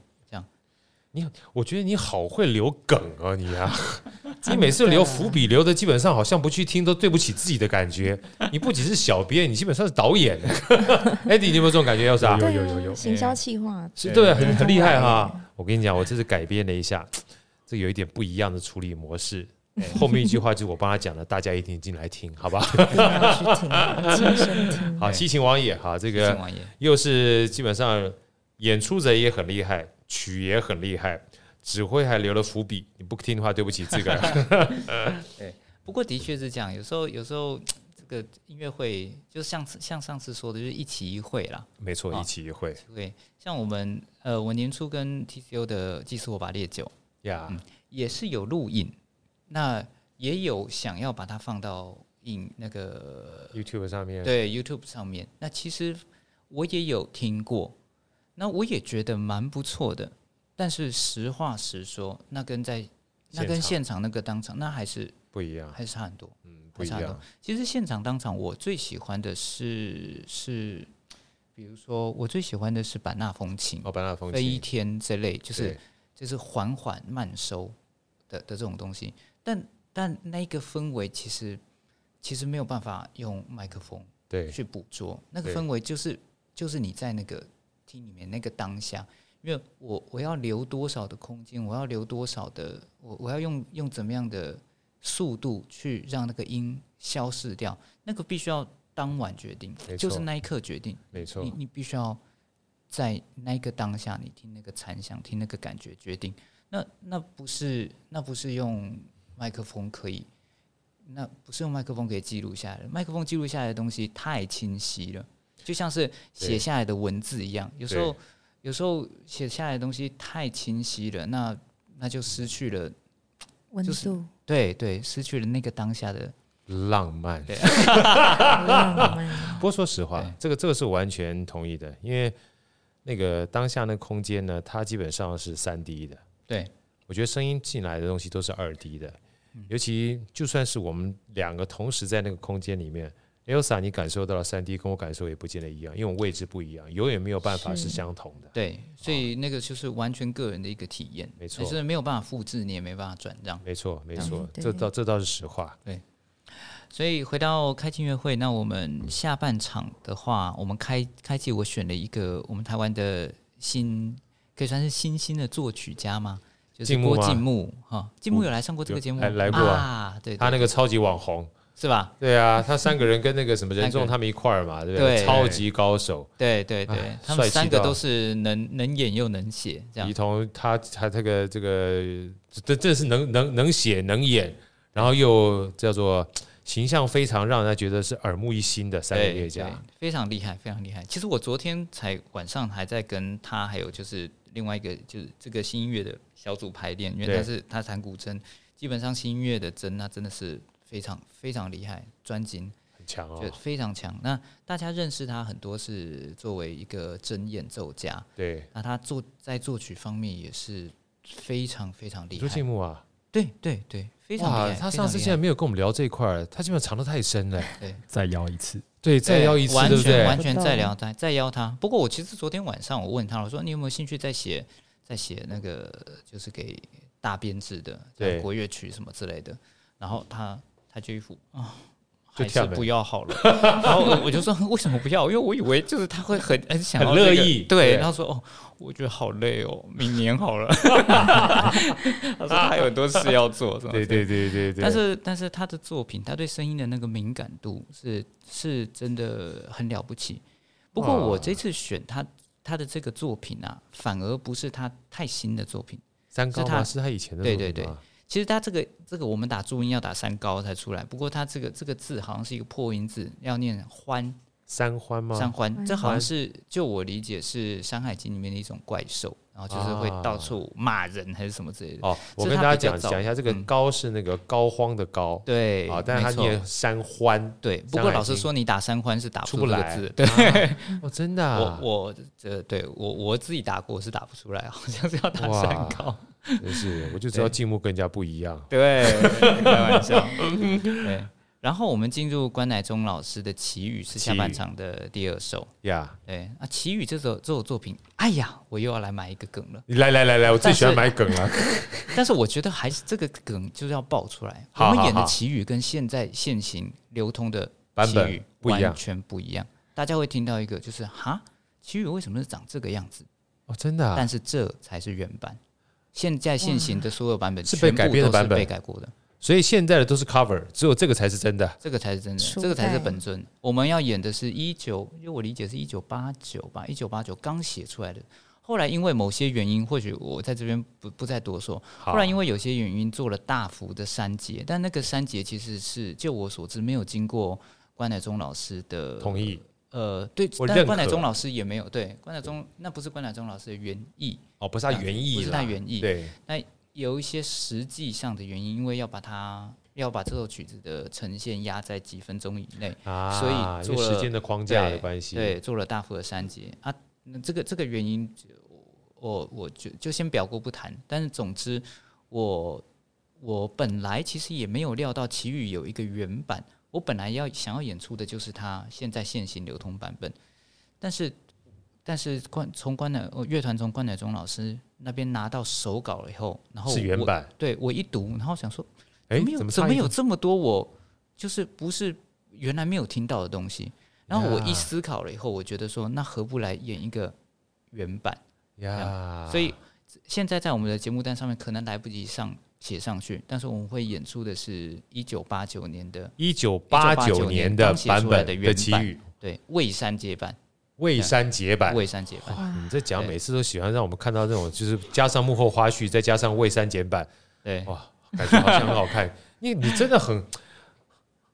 Speaker 1: 我觉得你好会留梗啊，你
Speaker 4: <laughs>
Speaker 1: 啊，你每次
Speaker 4: 啊
Speaker 1: 留伏笔留的基本上好像不去听都对不起自己的感觉。你不仅是小编，你基本上是导演。Andy，你有没有这种感觉？要是啊，
Speaker 3: 有
Speaker 2: 对
Speaker 3: 有
Speaker 2: 啊
Speaker 3: 有有
Speaker 2: 行销企划，
Speaker 1: 是对，啊很很厉害
Speaker 2: 对
Speaker 1: 哈。我跟你讲，我这次改编了一下，这有一点不一样的处理模式。后面一句话就是我帮他讲的，大家一定进来听，好吧？
Speaker 2: 一定要去听，亲身听。
Speaker 1: 好，西秦王爷，哈，这
Speaker 4: 西
Speaker 1: 个
Speaker 4: 秦王爷，
Speaker 1: 又是基本上演出者也很厉害，曲也
Speaker 4: <laughs>
Speaker 1: 很厉害，指挥还留了伏笔，你不听的话，对不起自个儿。
Speaker 4: 不过的确是这样，有时候有时候这个音乐会就像像上次说的，就是一期一会啦。
Speaker 1: 没错，
Speaker 4: 啊
Speaker 1: 一期一会
Speaker 4: 对，像我们呃，我年初跟 TCO 的技术火把烈酒
Speaker 1: 呀
Speaker 4: 嗯也是有录影，那也有想要把它放到影那个
Speaker 1: ，YouTube 上面
Speaker 4: 对 YouTube 上面。那其实我也有听过，那我也觉得蛮不错的。但是实话实说，那跟在那跟
Speaker 1: 现
Speaker 4: 现场那个当场，那还是
Speaker 1: 不一样，
Speaker 4: 还是差很多。
Speaker 1: 嗯，不
Speaker 4: 还
Speaker 1: 一
Speaker 4: 差很
Speaker 1: 样
Speaker 4: 多。。其实现场当场，我最喜欢的是是，比如说我最喜欢的是版纳风情、
Speaker 1: 哦，版纳风
Speaker 4: 飞一
Speaker 1: 情
Speaker 4: 天这类，就是
Speaker 1: 对
Speaker 4: 就是缓缓慢收的的这种东西。但但那一个氛围其实其实没有办法用麦克风
Speaker 1: 对
Speaker 4: 去捕捉，那个
Speaker 1: 对
Speaker 4: 氛围就是就是你在那个厅里面那个当下，因为我我要留多少的空间，我要留多少的，我我要用用怎么样的速度去让那个音消逝掉，那个必须要当晚决定
Speaker 1: 没，
Speaker 4: 就是
Speaker 1: 错
Speaker 4: 那一刻决定。
Speaker 1: 没错
Speaker 4: 你，你必须要在那一个当下，你听那个残响，听那个感觉决定。那那不是那不是用麦克风可以，那不是用麦克风可以记录下来的。麦克风记录下来的东西太清晰了，就像是写下来的文字一样。有时候有时候写下来的东西太清晰了，那那就失去了
Speaker 2: 温
Speaker 4: 就
Speaker 2: 度、
Speaker 4: 是对对，失去了那个当下的
Speaker 1: 浪漫。
Speaker 4: 对
Speaker 2: 浪漫，
Speaker 1: 不过说实话
Speaker 4: 对，
Speaker 1: 这个这个是完全同意的，因为那个当下那个空间呢，它基本上是三 D 的。
Speaker 4: 对
Speaker 1: 我觉得声音进来的东西都是二 D 的，尤其就算是我们两个同时在那个空间里面，Elsa 你感受到了三 D，跟我感受也不见得一样，因为我位置不一样，永远没有办法是
Speaker 2: 是
Speaker 1: 相同的。
Speaker 4: 对，所以那个就是完全个人的一个体验，
Speaker 1: 哦没错
Speaker 4: 就是没有办法复制，你也没办法转让。
Speaker 1: 没错，没错，
Speaker 2: 对
Speaker 1: 这倒这倒是实话。
Speaker 4: 所以回到开季音乐会，那我们下半场的话，我们开开季我选了一个我们台湾的新，可以算是新兴的作曲家吗？就是
Speaker 1: 静木
Speaker 4: 郭
Speaker 1: 吗
Speaker 4: 静木哈，静木有来上过这个节目吗，
Speaker 1: 有来来过啊
Speaker 4: 啊，对，对
Speaker 1: 他那个超级网红，
Speaker 4: 是吧？
Speaker 1: 对啊，他三个人跟那个什么人
Speaker 4: 三个
Speaker 1: 众
Speaker 4: 人
Speaker 1: 他们一块儿嘛，对不对？
Speaker 4: 对
Speaker 1: 超级高手，
Speaker 4: 对对对
Speaker 1: 哎，
Speaker 4: 他
Speaker 1: 帅
Speaker 4: 们
Speaker 1: 气
Speaker 4: 三个
Speaker 1: 到
Speaker 4: 都是能能演又能写，这样
Speaker 1: 李彤他他这个这个这这是能能能写能演，然后又叫做形象非常让人家觉得是耳目一新的三个
Speaker 4: 对
Speaker 1: 音乐家
Speaker 4: 对。非常厉害，非常厉害。其实我昨天才晚上还在跟他，还有就是另外一个就是这个新音乐的小组排练，因为
Speaker 1: 对
Speaker 4: 他是他弹古筝，基本上新音乐的筝那真的是非常非常厉害，专精
Speaker 1: 很强哦
Speaker 4: 就，非常强。那大家认识他很多是作为一个筝演奏家，
Speaker 1: 对，
Speaker 4: 那他作在作曲方面也是非常非常厉
Speaker 1: 朱静
Speaker 4: 害。
Speaker 1: 木啊，
Speaker 4: 对对对，非常
Speaker 1: 哇
Speaker 4: 厉害。
Speaker 1: 他
Speaker 4: 非
Speaker 1: 上
Speaker 4: 常
Speaker 1: 次
Speaker 4: 厉
Speaker 1: 竟然
Speaker 4: 害
Speaker 1: 没有跟我们聊这一块儿，他基本上藏得太深了。
Speaker 4: 对。
Speaker 3: 再邀一次，
Speaker 1: 对，再
Speaker 4: 对
Speaker 1: 邀一次，
Speaker 4: 完
Speaker 1: 对不
Speaker 4: 全
Speaker 1: 对
Speaker 4: 完？全
Speaker 2: 不
Speaker 4: 再
Speaker 2: 动
Speaker 4: 聊他，再邀他。不过我其实昨天晚上我问他，我说你有没有兴趣再写再写那个就是给大编制的
Speaker 1: 对
Speaker 4: 像国乐曲什么之类的？然后他他就一副啊。
Speaker 1: 就
Speaker 4: 还是
Speaker 1: 跳了
Speaker 4: 不要好了， <laughs> 然后我我就说为什么不要？因为我以为就是他会很很想
Speaker 1: 很
Speaker 4: 要这
Speaker 1: 乐
Speaker 4: 个
Speaker 1: 意对
Speaker 4: 对，然后说哦，我觉得好累哦，明年好
Speaker 1: <laughs>
Speaker 4: 了。他说他有很多事
Speaker 1: <laughs>
Speaker 4: 要做，什么
Speaker 1: 对
Speaker 4: 之类
Speaker 1: 对
Speaker 4: 的
Speaker 1: 对对对。
Speaker 4: 但是但是他的作品，他对声音的那个敏感度是是真的很了不起。不过
Speaker 1: 哇
Speaker 4: 我这次选他他的这个作品啊，反而不是他太新的作品。
Speaker 1: 三高吗？
Speaker 4: 他
Speaker 1: 是他以前的
Speaker 4: 对
Speaker 1: 作品
Speaker 4: 对对
Speaker 1: 吗
Speaker 4: 其实他这个这个我们打注音要打三高才出来，不过他这个这个字好像是一个破音字，要念欢
Speaker 1: 三欢
Speaker 4: 山
Speaker 1: 吗？
Speaker 4: 欢，
Speaker 2: 欢
Speaker 4: 这好像是就我理解是《山海经》里面的一种怪兽，然后就是会
Speaker 1: 啊
Speaker 4: 到处骂人还是什么之类的。
Speaker 1: 哦，我
Speaker 4: 这
Speaker 1: 跟
Speaker 4: 是
Speaker 1: 大家
Speaker 4: 他比较
Speaker 1: 讲
Speaker 4: 早
Speaker 1: 讲一下，这个
Speaker 4: 嗯
Speaker 1: 高是那个膏肓的膏
Speaker 4: 对，
Speaker 1: 啊，但是他
Speaker 4: 没错
Speaker 1: 念山欢
Speaker 4: 对，不
Speaker 1: 山
Speaker 4: 过
Speaker 1: 海
Speaker 4: 老师
Speaker 1: 经
Speaker 4: 说你打三欢是打不
Speaker 1: 出
Speaker 4: 出
Speaker 1: 不
Speaker 4: 这
Speaker 1: 来
Speaker 4: 个字，。对。
Speaker 1: 啊哦，真的啊，
Speaker 4: 我我这对我我自己打过，我是打不出 <laughs> 来，好像是要打
Speaker 1: 哇
Speaker 4: 三高。
Speaker 1: <laughs> 真是，我就知道
Speaker 4: 对
Speaker 1: 静木跟人家不一样。
Speaker 4: 对，开玩笑。 <laughs> 对，然后我们进入关乃忠老师的《奇遇》是下半场的第二首。
Speaker 1: 呀，
Speaker 4: 对啊，《奇遇》这首这首作品，哎呀，我又要来埋一个梗了。
Speaker 1: 你来来来来，我最喜欢
Speaker 4: 但
Speaker 1: 买梗了。
Speaker 4: 但是我觉得还是这个梗就是要爆出
Speaker 1: <laughs>
Speaker 4: 来。
Speaker 1: 好
Speaker 4: 我们
Speaker 1: 好
Speaker 4: 演的
Speaker 1: 好
Speaker 4: 《奇遇》跟现在现行流通的
Speaker 1: 版本
Speaker 4: 奇遇
Speaker 1: 不一样
Speaker 4: 完全不一样。大家会听到一个就是哈，奇遇为什么是长这个样子？
Speaker 1: <laughs> 哦，真的啊
Speaker 4: 但，是这才是原版。现在现行的所有版本
Speaker 1: 嗯是被改编的版本
Speaker 4: 全部都是被改过的，
Speaker 1: 所以现在的都是 cover，只有这个才是真的。
Speaker 4: 这个才是真的，
Speaker 2: 初代
Speaker 4: 这个才是本尊。我们要演的是一九，因为我理解是一九八九吧，一九八九刚写出来的。后来因为某些原因，或许我在这边不不再多说。
Speaker 1: 好
Speaker 4: 后来因为有些原因做了大幅的删节，但那个删节其实是就我所知没有经过关乃忠老师的
Speaker 1: 同意
Speaker 4: 呃，对
Speaker 1: 我，认
Speaker 4: 但
Speaker 1: 可
Speaker 4: 关乃忠老师也没有对关乃忠，那不是关乃忠老师的原意，
Speaker 1: 哦，不是他原意啦，
Speaker 4: 不是他原意
Speaker 1: 对，
Speaker 4: 有一些实际上的原因，因为要把它要把这首曲子的呈现压在几分钟以内，
Speaker 1: 啊，
Speaker 4: 所以
Speaker 1: 因
Speaker 4: 做
Speaker 1: 为时
Speaker 4: 了
Speaker 1: 间的框架的关系，
Speaker 4: 对，做了大幅的删节啊。那这个这个原因，我我我就就先表过不谈。但是总之，我我本来其实也没有料到奇遇有一个原版，我本来要想要演出的就是它现在现行流通版本，但是。但是关从关乃呃乐团从关乃忠老师那边拿到手稿了以后，然后
Speaker 1: 是原
Speaker 4: 我
Speaker 1: 版。
Speaker 4: 对我一读，然后想说，
Speaker 1: 哎，
Speaker 4: 没有
Speaker 1: 怎么
Speaker 4: 怎
Speaker 1: 差
Speaker 4: 么
Speaker 1: 一
Speaker 4: 有
Speaker 1: 个
Speaker 4: 这么多我就是不是原来没有听到的东西。然后我一
Speaker 1: 呀
Speaker 4: 思考了以后，我觉得说，那何不来演一个原版？
Speaker 1: 呀？
Speaker 4: 所以现在在我们的节目单上面可能来不及上写上去，但是我们会演出的是一九八九年的
Speaker 1: 一九八九年
Speaker 4: 1989年
Speaker 1: 的
Speaker 4: 刚写
Speaker 1: 版
Speaker 4: 出来
Speaker 1: 本
Speaker 4: 的原
Speaker 1: 的奇
Speaker 4: 版
Speaker 1: 遇
Speaker 4: 对蔚山接版，
Speaker 1: 蔚山结版。
Speaker 4: 蔚山接版，
Speaker 1: 哇，你这讲
Speaker 4: 对
Speaker 1: 每次都喜欢让我们看到这种， <laughs> 就是加上幕后花絮，再加上蔚山剪版，
Speaker 4: 对
Speaker 1: 哇，感觉好像很好
Speaker 4: <laughs>
Speaker 1: 看。你你真的很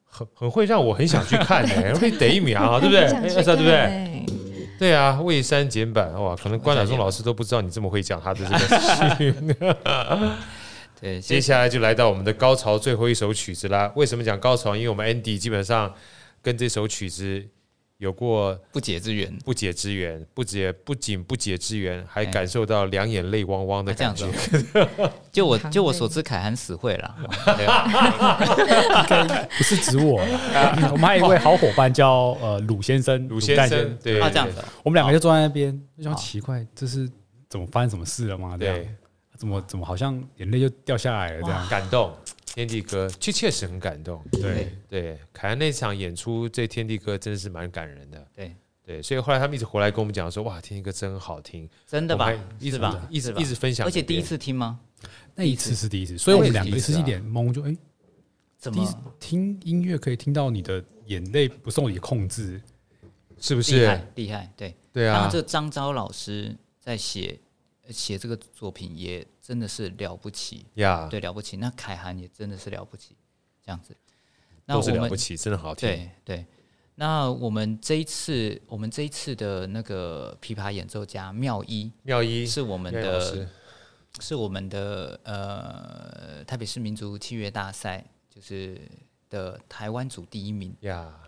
Speaker 1: 很很会让我很想去看
Speaker 4: <laughs>
Speaker 1: 的、欸，会得一秒啊，对不对？
Speaker 2: 很
Speaker 1: 哎
Speaker 2: 想
Speaker 1: 二
Speaker 2: 去
Speaker 1: 三对不对？
Speaker 2: 看欸
Speaker 1: 对啊，蔚山剪版哇，可能关晓松老师都不知道你这么会讲他的这个
Speaker 4: 对，
Speaker 1: 接
Speaker 4: 谢谢。
Speaker 1: 下来就来到我们的高潮最后一首曲子啦。为什么讲高潮？因为我们 Andy 基本上跟这首曲子有过
Speaker 4: 不解之缘，
Speaker 1: 不解之缘，不解不仅不解之缘，还
Speaker 4: 哎
Speaker 1: 感受到两眼泪汪汪的
Speaker 4: 啊那这
Speaker 1: 感
Speaker 4: 样子
Speaker 1: 觉。
Speaker 4: 哦，就我
Speaker 2: 很
Speaker 4: 就我
Speaker 2: 常
Speaker 4: 所知，凯涵死会啦，对
Speaker 3: 不是指我啦，我们还有一位好伙伴叫呃鲁先生，
Speaker 1: 鲁
Speaker 3: 蛋
Speaker 1: 先生，，对，
Speaker 4: 啊这样子哦，
Speaker 3: 我们两个就坐在那边，就想
Speaker 4: 好
Speaker 3: 奇怪，这是怎么发生什么事了
Speaker 4: 哦
Speaker 3: 吗？这
Speaker 1: 对
Speaker 3: 样，，啊怎么怎么好像眼泪就掉下来了这
Speaker 4: 啊
Speaker 3: 样？
Speaker 1: 感动。天地哥确确实很感动，
Speaker 3: 对，
Speaker 1: 对，凯恩那场演出，这天地哥真的是蛮感人的，
Speaker 4: 对
Speaker 1: 对，所以后来他们一直回来跟我们讲说，哇，天地哥真好听，
Speaker 4: 真的
Speaker 1: 我
Speaker 4: 吧
Speaker 1: 们还？一直
Speaker 4: 是吧？
Speaker 1: 一直
Speaker 4: 是吧
Speaker 1: 一直分享
Speaker 4: 而
Speaker 1: 给别人，
Speaker 4: 且第一次听吗？
Speaker 3: 那一次是第一次，所以我们两个是一脸懵，就哎，
Speaker 4: 怎
Speaker 3: 第一
Speaker 4: 么
Speaker 3: 次？听音乐可以听到你的眼泪不受你的控制，
Speaker 1: 是不
Speaker 4: 厉
Speaker 1: 是？
Speaker 4: 害厉害，对。
Speaker 1: 对
Speaker 4: 当然，
Speaker 1: 啊
Speaker 4: 这，个张昭老师在写呃写这个作品也真的是了不起，
Speaker 1: 呀，
Speaker 4: 对，了不起。那凯涵也真的是了不起，这样子。那
Speaker 1: 都是
Speaker 4: 我
Speaker 1: 了
Speaker 4: 们
Speaker 1: 不起，真的好听，
Speaker 4: 对对。那我们这一次，我们这一次的那个琵琶演奏家妙一
Speaker 1: 妙一
Speaker 4: 是我们
Speaker 1: 妙一老
Speaker 4: 的
Speaker 1: 师，
Speaker 4: 是我们的呃台北市民族器乐大赛就是的台湾组第一名。
Speaker 1: 呀，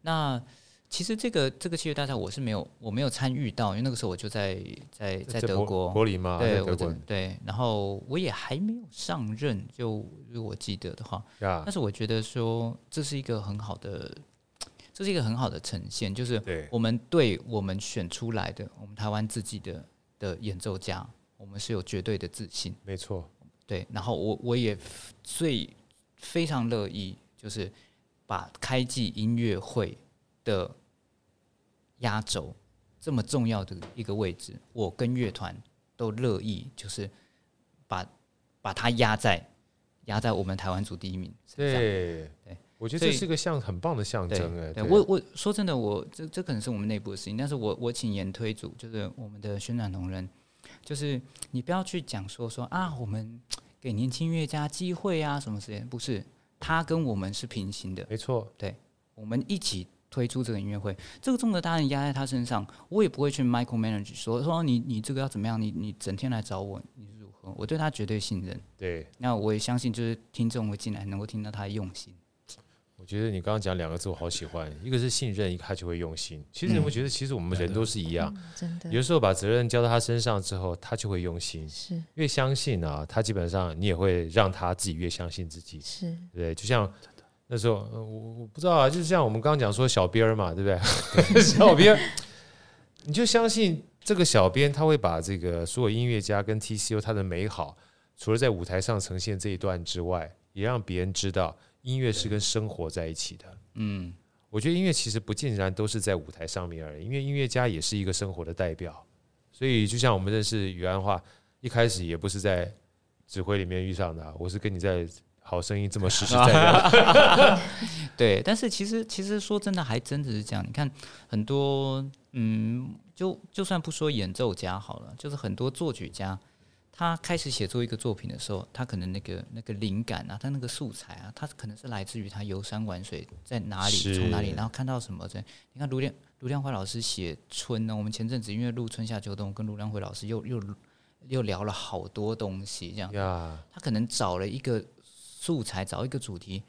Speaker 4: 那其实这个这个器乐大赛我是没有我没有参与到，因为那个时候我就在在在
Speaker 1: 这
Speaker 4: 德
Speaker 1: 柏
Speaker 4: 国，
Speaker 1: 柏林嘛，
Speaker 4: 对，
Speaker 1: 啊在
Speaker 4: 我
Speaker 1: 德
Speaker 4: 在
Speaker 1: 国
Speaker 4: 对，然后我也还没有上任，就如果我记得的话，
Speaker 1: 呀
Speaker 4: 但，是我觉得说这是一个很好的，这是一个很好的呈现，就是
Speaker 1: 对，
Speaker 4: 我们对我们选出来的我们台湾自己的的演奏家，我们是有绝对的自信。
Speaker 1: 没错，
Speaker 4: 对，然后我我也最非常乐意，就是把开季音乐会的压轴这么重要的一个位置，我跟乐团都乐意，就是把把它压在压在我们台湾组第一名身上。
Speaker 1: 对
Speaker 4: 对，
Speaker 1: 我觉得
Speaker 4: 所
Speaker 1: 这
Speaker 4: 以
Speaker 1: 是个像很棒的象征，哎，
Speaker 4: 对我我说真的，我这这可能是我们内部的事情，但是我我请研推组，就是我们的宣传同仁，就是你不要去讲说说啊，我们给年轻音乐家机会啊什么之类的，不是，他跟我们是平行的，
Speaker 1: 没错，
Speaker 4: 我们一起推出这个音乐会，这个重责大任压在他身上，我也不会去 micro manage 说说你你这个要怎么样，你你整天来找我，你是如何？我对他绝对信任，
Speaker 1: 对，
Speaker 4: 那我也相信就是听众会进来能够听到他的用心。
Speaker 1: 我觉得你刚刚讲两个字，我好喜欢，一个是信任，一个他就会用心。其
Speaker 4: 嗯
Speaker 1: 实你会觉得，其实我们人都是一样，
Speaker 2: 嗯真
Speaker 1: 有
Speaker 2: 的
Speaker 1: 时候把责任交到他身上之后，他就会用心，
Speaker 2: 是
Speaker 1: 越相信啊，他基本上你也会让他自己越相信自己，
Speaker 2: 是
Speaker 1: 对不对？就像那时候，呃我我不知道啊，就是像我们刚刚讲说小编儿嘛，对不对？ <laughs> 小编儿，你就相信这个小编，他会把这个所有音乐家跟 TCO 他的美好，除了在舞台上呈现这一段之外，也让别人知道音乐是跟生活在一起的。
Speaker 4: 嗯，
Speaker 1: 我觉得音乐其实不尽然都是在舞台上面而已，因为音乐家也是一个生活的代表。所以就像我们认识于安的话，一开始也不是在指挥里面遇上的啊、我是跟你在好声音这么实实在在。
Speaker 4: <laughs> 对，但是其实其实说真的，还真的是这样。你看很多，嗯，就就算不说演奏家好了，就是很多作曲家，他开始写作一个作品的时候，他可能那个那个灵感啊，他那个素材啊，他可能是来自于他游山玩水在哪里，
Speaker 1: 是
Speaker 4: 从哪里，然后看到什么这。你看卢亮卢亮辉老师写春呢，我们前阵子因为录春夏秋冬，跟卢亮辉老师又又又聊了好多东西，这样。
Speaker 1: 呀，
Speaker 4: 他可能找了一个素材，找一个主题，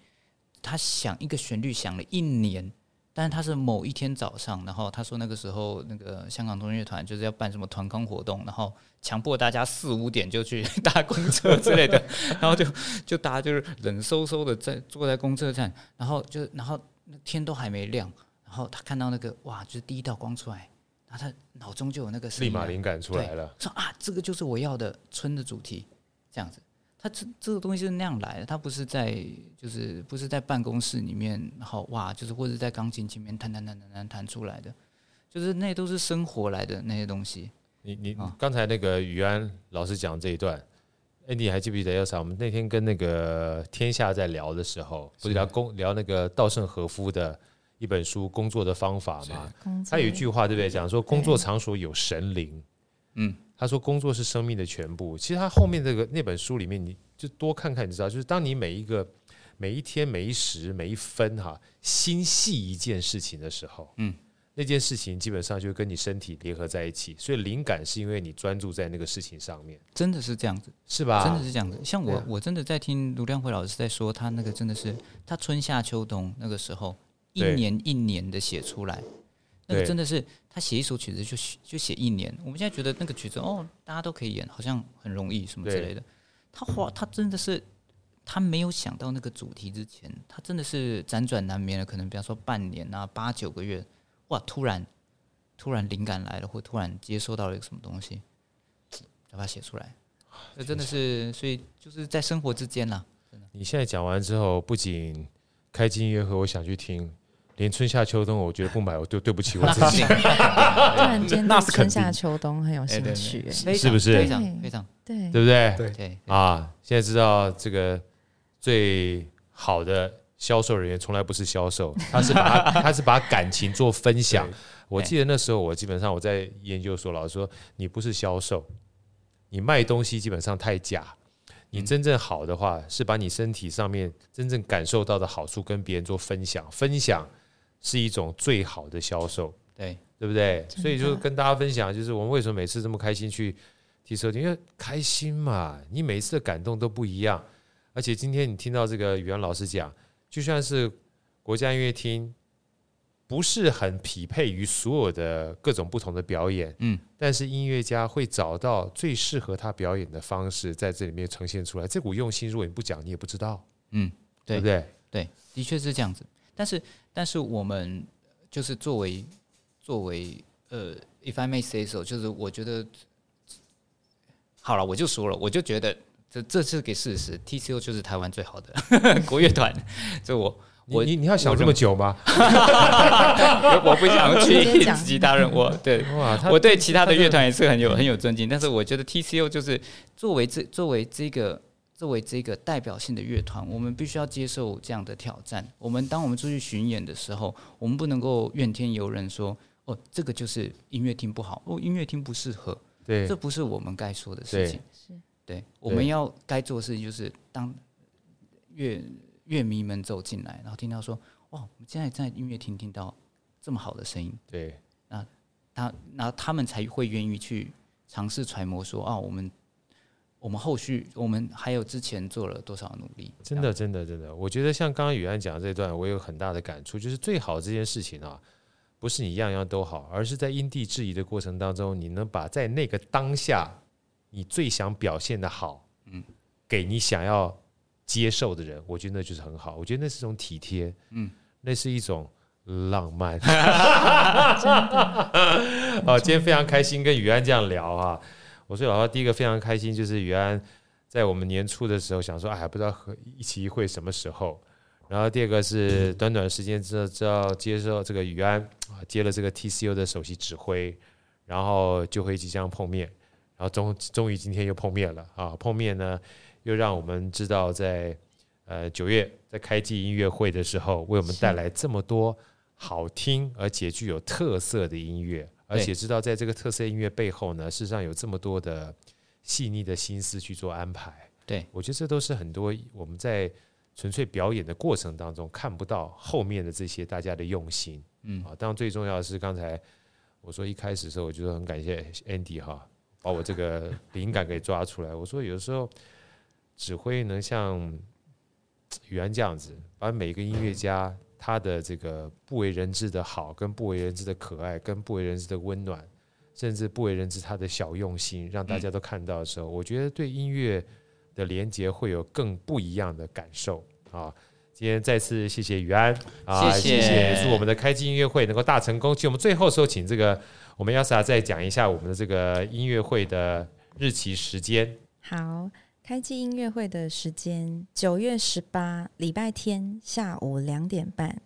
Speaker 4: 他想一个旋律想了一年，但是他是某一天早上，然后他说那个时候那个香港中乐团就是要办什么团康活动，然后强迫大家四五点就去搭公车之类的， <laughs> 然后就就大家就是冷飕飕的在坐在公车站，然后就然后那天都还没亮，然后他看到那个哇，就是第一道光出来，然后他脑中就有那个声
Speaker 1: 立
Speaker 4: 音啊
Speaker 1: 马
Speaker 4: 了
Speaker 1: 灵感出来了。
Speaker 4: 说啊，这个就是我要的春的主题，这样子。他这这个东西是那样来的，他不是在就是不是在办公室里面，然后哇，就是或者在钢琴前面弹弹弹弹弹弹出来的，就是那都是生活来的那些东西。
Speaker 1: 你你
Speaker 4: 啊
Speaker 1: 刚才那个宇安老师讲这一段，哎，你还记不记得要啥？我们那天跟那个天下在聊的时候，不是聊工聊那个稻盛和夫的一本书《工作的方法》吗？
Speaker 2: 工作
Speaker 1: 他有一句话，对不对？讲说工作场所有神灵。
Speaker 4: 嗯，
Speaker 1: 他说工作是生命的全部。其实他后面这个那本书里面，你就多看看，你知道，就是当你每一个每一天、每一时、每一分哈，心系一件事情的时候，
Speaker 4: 嗯，
Speaker 1: 那件事情基本上就跟你身体联合在一起，所以灵感是因为你专注在那个事情上面，
Speaker 4: 真的是这样子，
Speaker 1: 是吧？
Speaker 4: 真的是这样子。像我
Speaker 1: 啊对，啊
Speaker 4: 我真的在听卢亮辉老师在说，他那个真的是他春夏秋冬那个时候一
Speaker 1: 对
Speaker 4: 年一年的写出来，那个
Speaker 1: 对
Speaker 4: 真的是他写一首曲子就写就写一年。我们现在觉得那个曲子哦，大家都可以演，好像很容易什么之
Speaker 1: 对
Speaker 4: 类的。他花他真的是他没有想到那个主题之前，他真的是辗转难眠了，可能比方说半年啊八九个月，哇，突然突然灵感来了，或突然接收到了一个什么东西，把它写出来。这真的是，所以就是在生活之间啊啦。
Speaker 1: 你现在讲完之后，不仅开机音乐会，我想去听，连春夏秋冬，我觉得不买，我对对不起我自己。
Speaker 4: <laughs>
Speaker 2: 突然间
Speaker 3: 那
Speaker 2: 对
Speaker 3: 是
Speaker 2: 春
Speaker 3: 肯定
Speaker 2: 夏秋冬很有
Speaker 4: 哎
Speaker 2: 兴
Speaker 4: 对对
Speaker 2: 趣，哎
Speaker 4: 非常
Speaker 1: 是不是
Speaker 4: 非常非常
Speaker 2: 对
Speaker 1: 对不对？
Speaker 3: 对
Speaker 4: 对
Speaker 1: 啊，现在知道这个最好的销售人员从来不是销售，他是把他他是把感情做分享
Speaker 3: 对。
Speaker 1: 我记得那时候我基本上我在研究所，老师说你不是销售，你卖东西基本上太假。你真正好的话，是把你身体上面真正感受到的好处跟别人做分享，分享是一种最好的销售。
Speaker 4: 对，
Speaker 1: 对不对？
Speaker 2: 真的
Speaker 1: 所以就跟大家分享，就是我们为什么每次这么开心去提车因为开心嘛，你每一次的感动都不一样。而且今天你听到这个语言老师讲，就算是国家音乐厅不是很匹配于所有的各种不同的表演，
Speaker 4: 嗯，
Speaker 1: 但是音乐家会找到最适合他表演的方式，在这里面呈现出来。这股用心，如果你不讲，你也不知道，
Speaker 4: 嗯，
Speaker 1: 对
Speaker 4: 对
Speaker 1: 不对？
Speaker 4: 的确是这样子。但是，但是我们就是作为作为呃，if I may say so，就是我觉得好了，我就说了，我就觉得这这是给事实，TCO 就是台湾最好的 <laughs> 国乐团，就我
Speaker 1: 你
Speaker 4: 我
Speaker 1: 你你要想
Speaker 4: 我
Speaker 1: 这么久吗？
Speaker 4: 我不想
Speaker 2: 直接
Speaker 4: 去
Speaker 2: 讲
Speaker 4: 其他人，我对
Speaker 1: 哇，他
Speaker 4: 我对其他的嗯乐团也是很有很有尊敬，但是我觉得 TCO 就是作为这作为这个作为这个代表性的乐团，我们必须要接受这样的挑战。我们当我们出去巡演的时候，我们不能够怨天尤人说哦，这个就是音乐厅不好，哦，音乐厅不适合，
Speaker 1: 对
Speaker 4: 这不是我们该说的事情。
Speaker 2: 是
Speaker 4: 对，我们要该做的事情就是当乐乐迷们走进来，然后听到说哇，我们现在在音乐厅听到这么好的声音。
Speaker 1: 对
Speaker 4: 他那他们才会愿意去尝试揣摩说啊，我们我们后续我们还有之前做了多少努力，
Speaker 1: 真的，真的，真的，我觉得像刚刚宇安讲的这段，我有很大的感触，就是最好这件事情啊，不是你样样都好，而是在因地制宜的过程当中，你能把在那个当下你最想表现的好，嗯，给你想要接受的人，我觉得那就是很好。我觉得那是一种体贴，嗯，那是一种浪 <laughs> 漫。好，今天非常开心跟宇安这样聊啊。我说老实话，第一个非常开心就是宇安在我们年初的时候想说，哎，不知道和一期一会什么时候。然后第二个是短短时间之后，知道接受这个宇安啊接了这个 TCU 的首席指挥，然后就会即将碰面，然后终终于今天又碰面了啊！碰面呢，又让我们知道在呃九月在开季音乐会的时候，为我们带来这么多好听而且具有特色的音乐，而且知道在这个特色音乐背后呢，事实上有这么多的细腻的心思去做安排。
Speaker 4: <laughs> 对，
Speaker 1: 我觉得这都是很多我们在纯粹表演的过程当中看不到后面的这些大家的用心。
Speaker 4: 嗯，
Speaker 1: 啊，当然最重要的是刚才我说一开始的时候，我就很感谢 Andy 哈，把我这个灵感给抓出来。我说有时候指挥能像宇安这样子，把每一个音乐家他的这个不为人知的好，跟不为人知的可爱，跟不为人知的温暖，甚至不为人知他的小用心，让大家都看到的时候，我觉得对音乐的连接会有更不一样的感受啊。今天再次谢谢宇安啊，
Speaker 4: 谢
Speaker 1: 谢
Speaker 4: 谢
Speaker 1: 祝我们的开机音乐会能够大成功。其实我们最后时候请这个我们 Elsa 再讲一下我们的这个音乐会的日期时间。
Speaker 2: 好，开季音乐会的时间九月十八礼拜天下午两点半，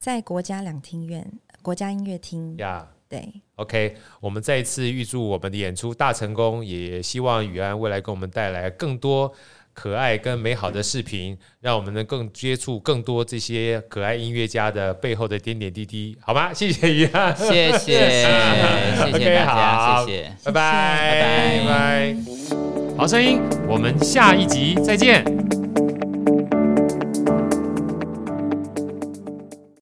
Speaker 2: 在国家两厅院国家音乐厅。
Speaker 1: 呀、
Speaker 2: 对，
Speaker 1: OK，我们再一次预祝我们的演出大成功，也希望宇安未来给我们带来更多可爱跟美好的视频，让我们能更接触更多这些可爱音乐家的背后的点点滴滴，好吗？ <laughs> 谢谢宇安，
Speaker 4: 谢谢，谢谢
Speaker 1: OK，
Speaker 4: 大 <laughs> 家，
Speaker 1: 好
Speaker 4: 谢谢。
Speaker 1: 拜拜拜
Speaker 4: 拜
Speaker 1: 拜，好声音，我们下一集再见，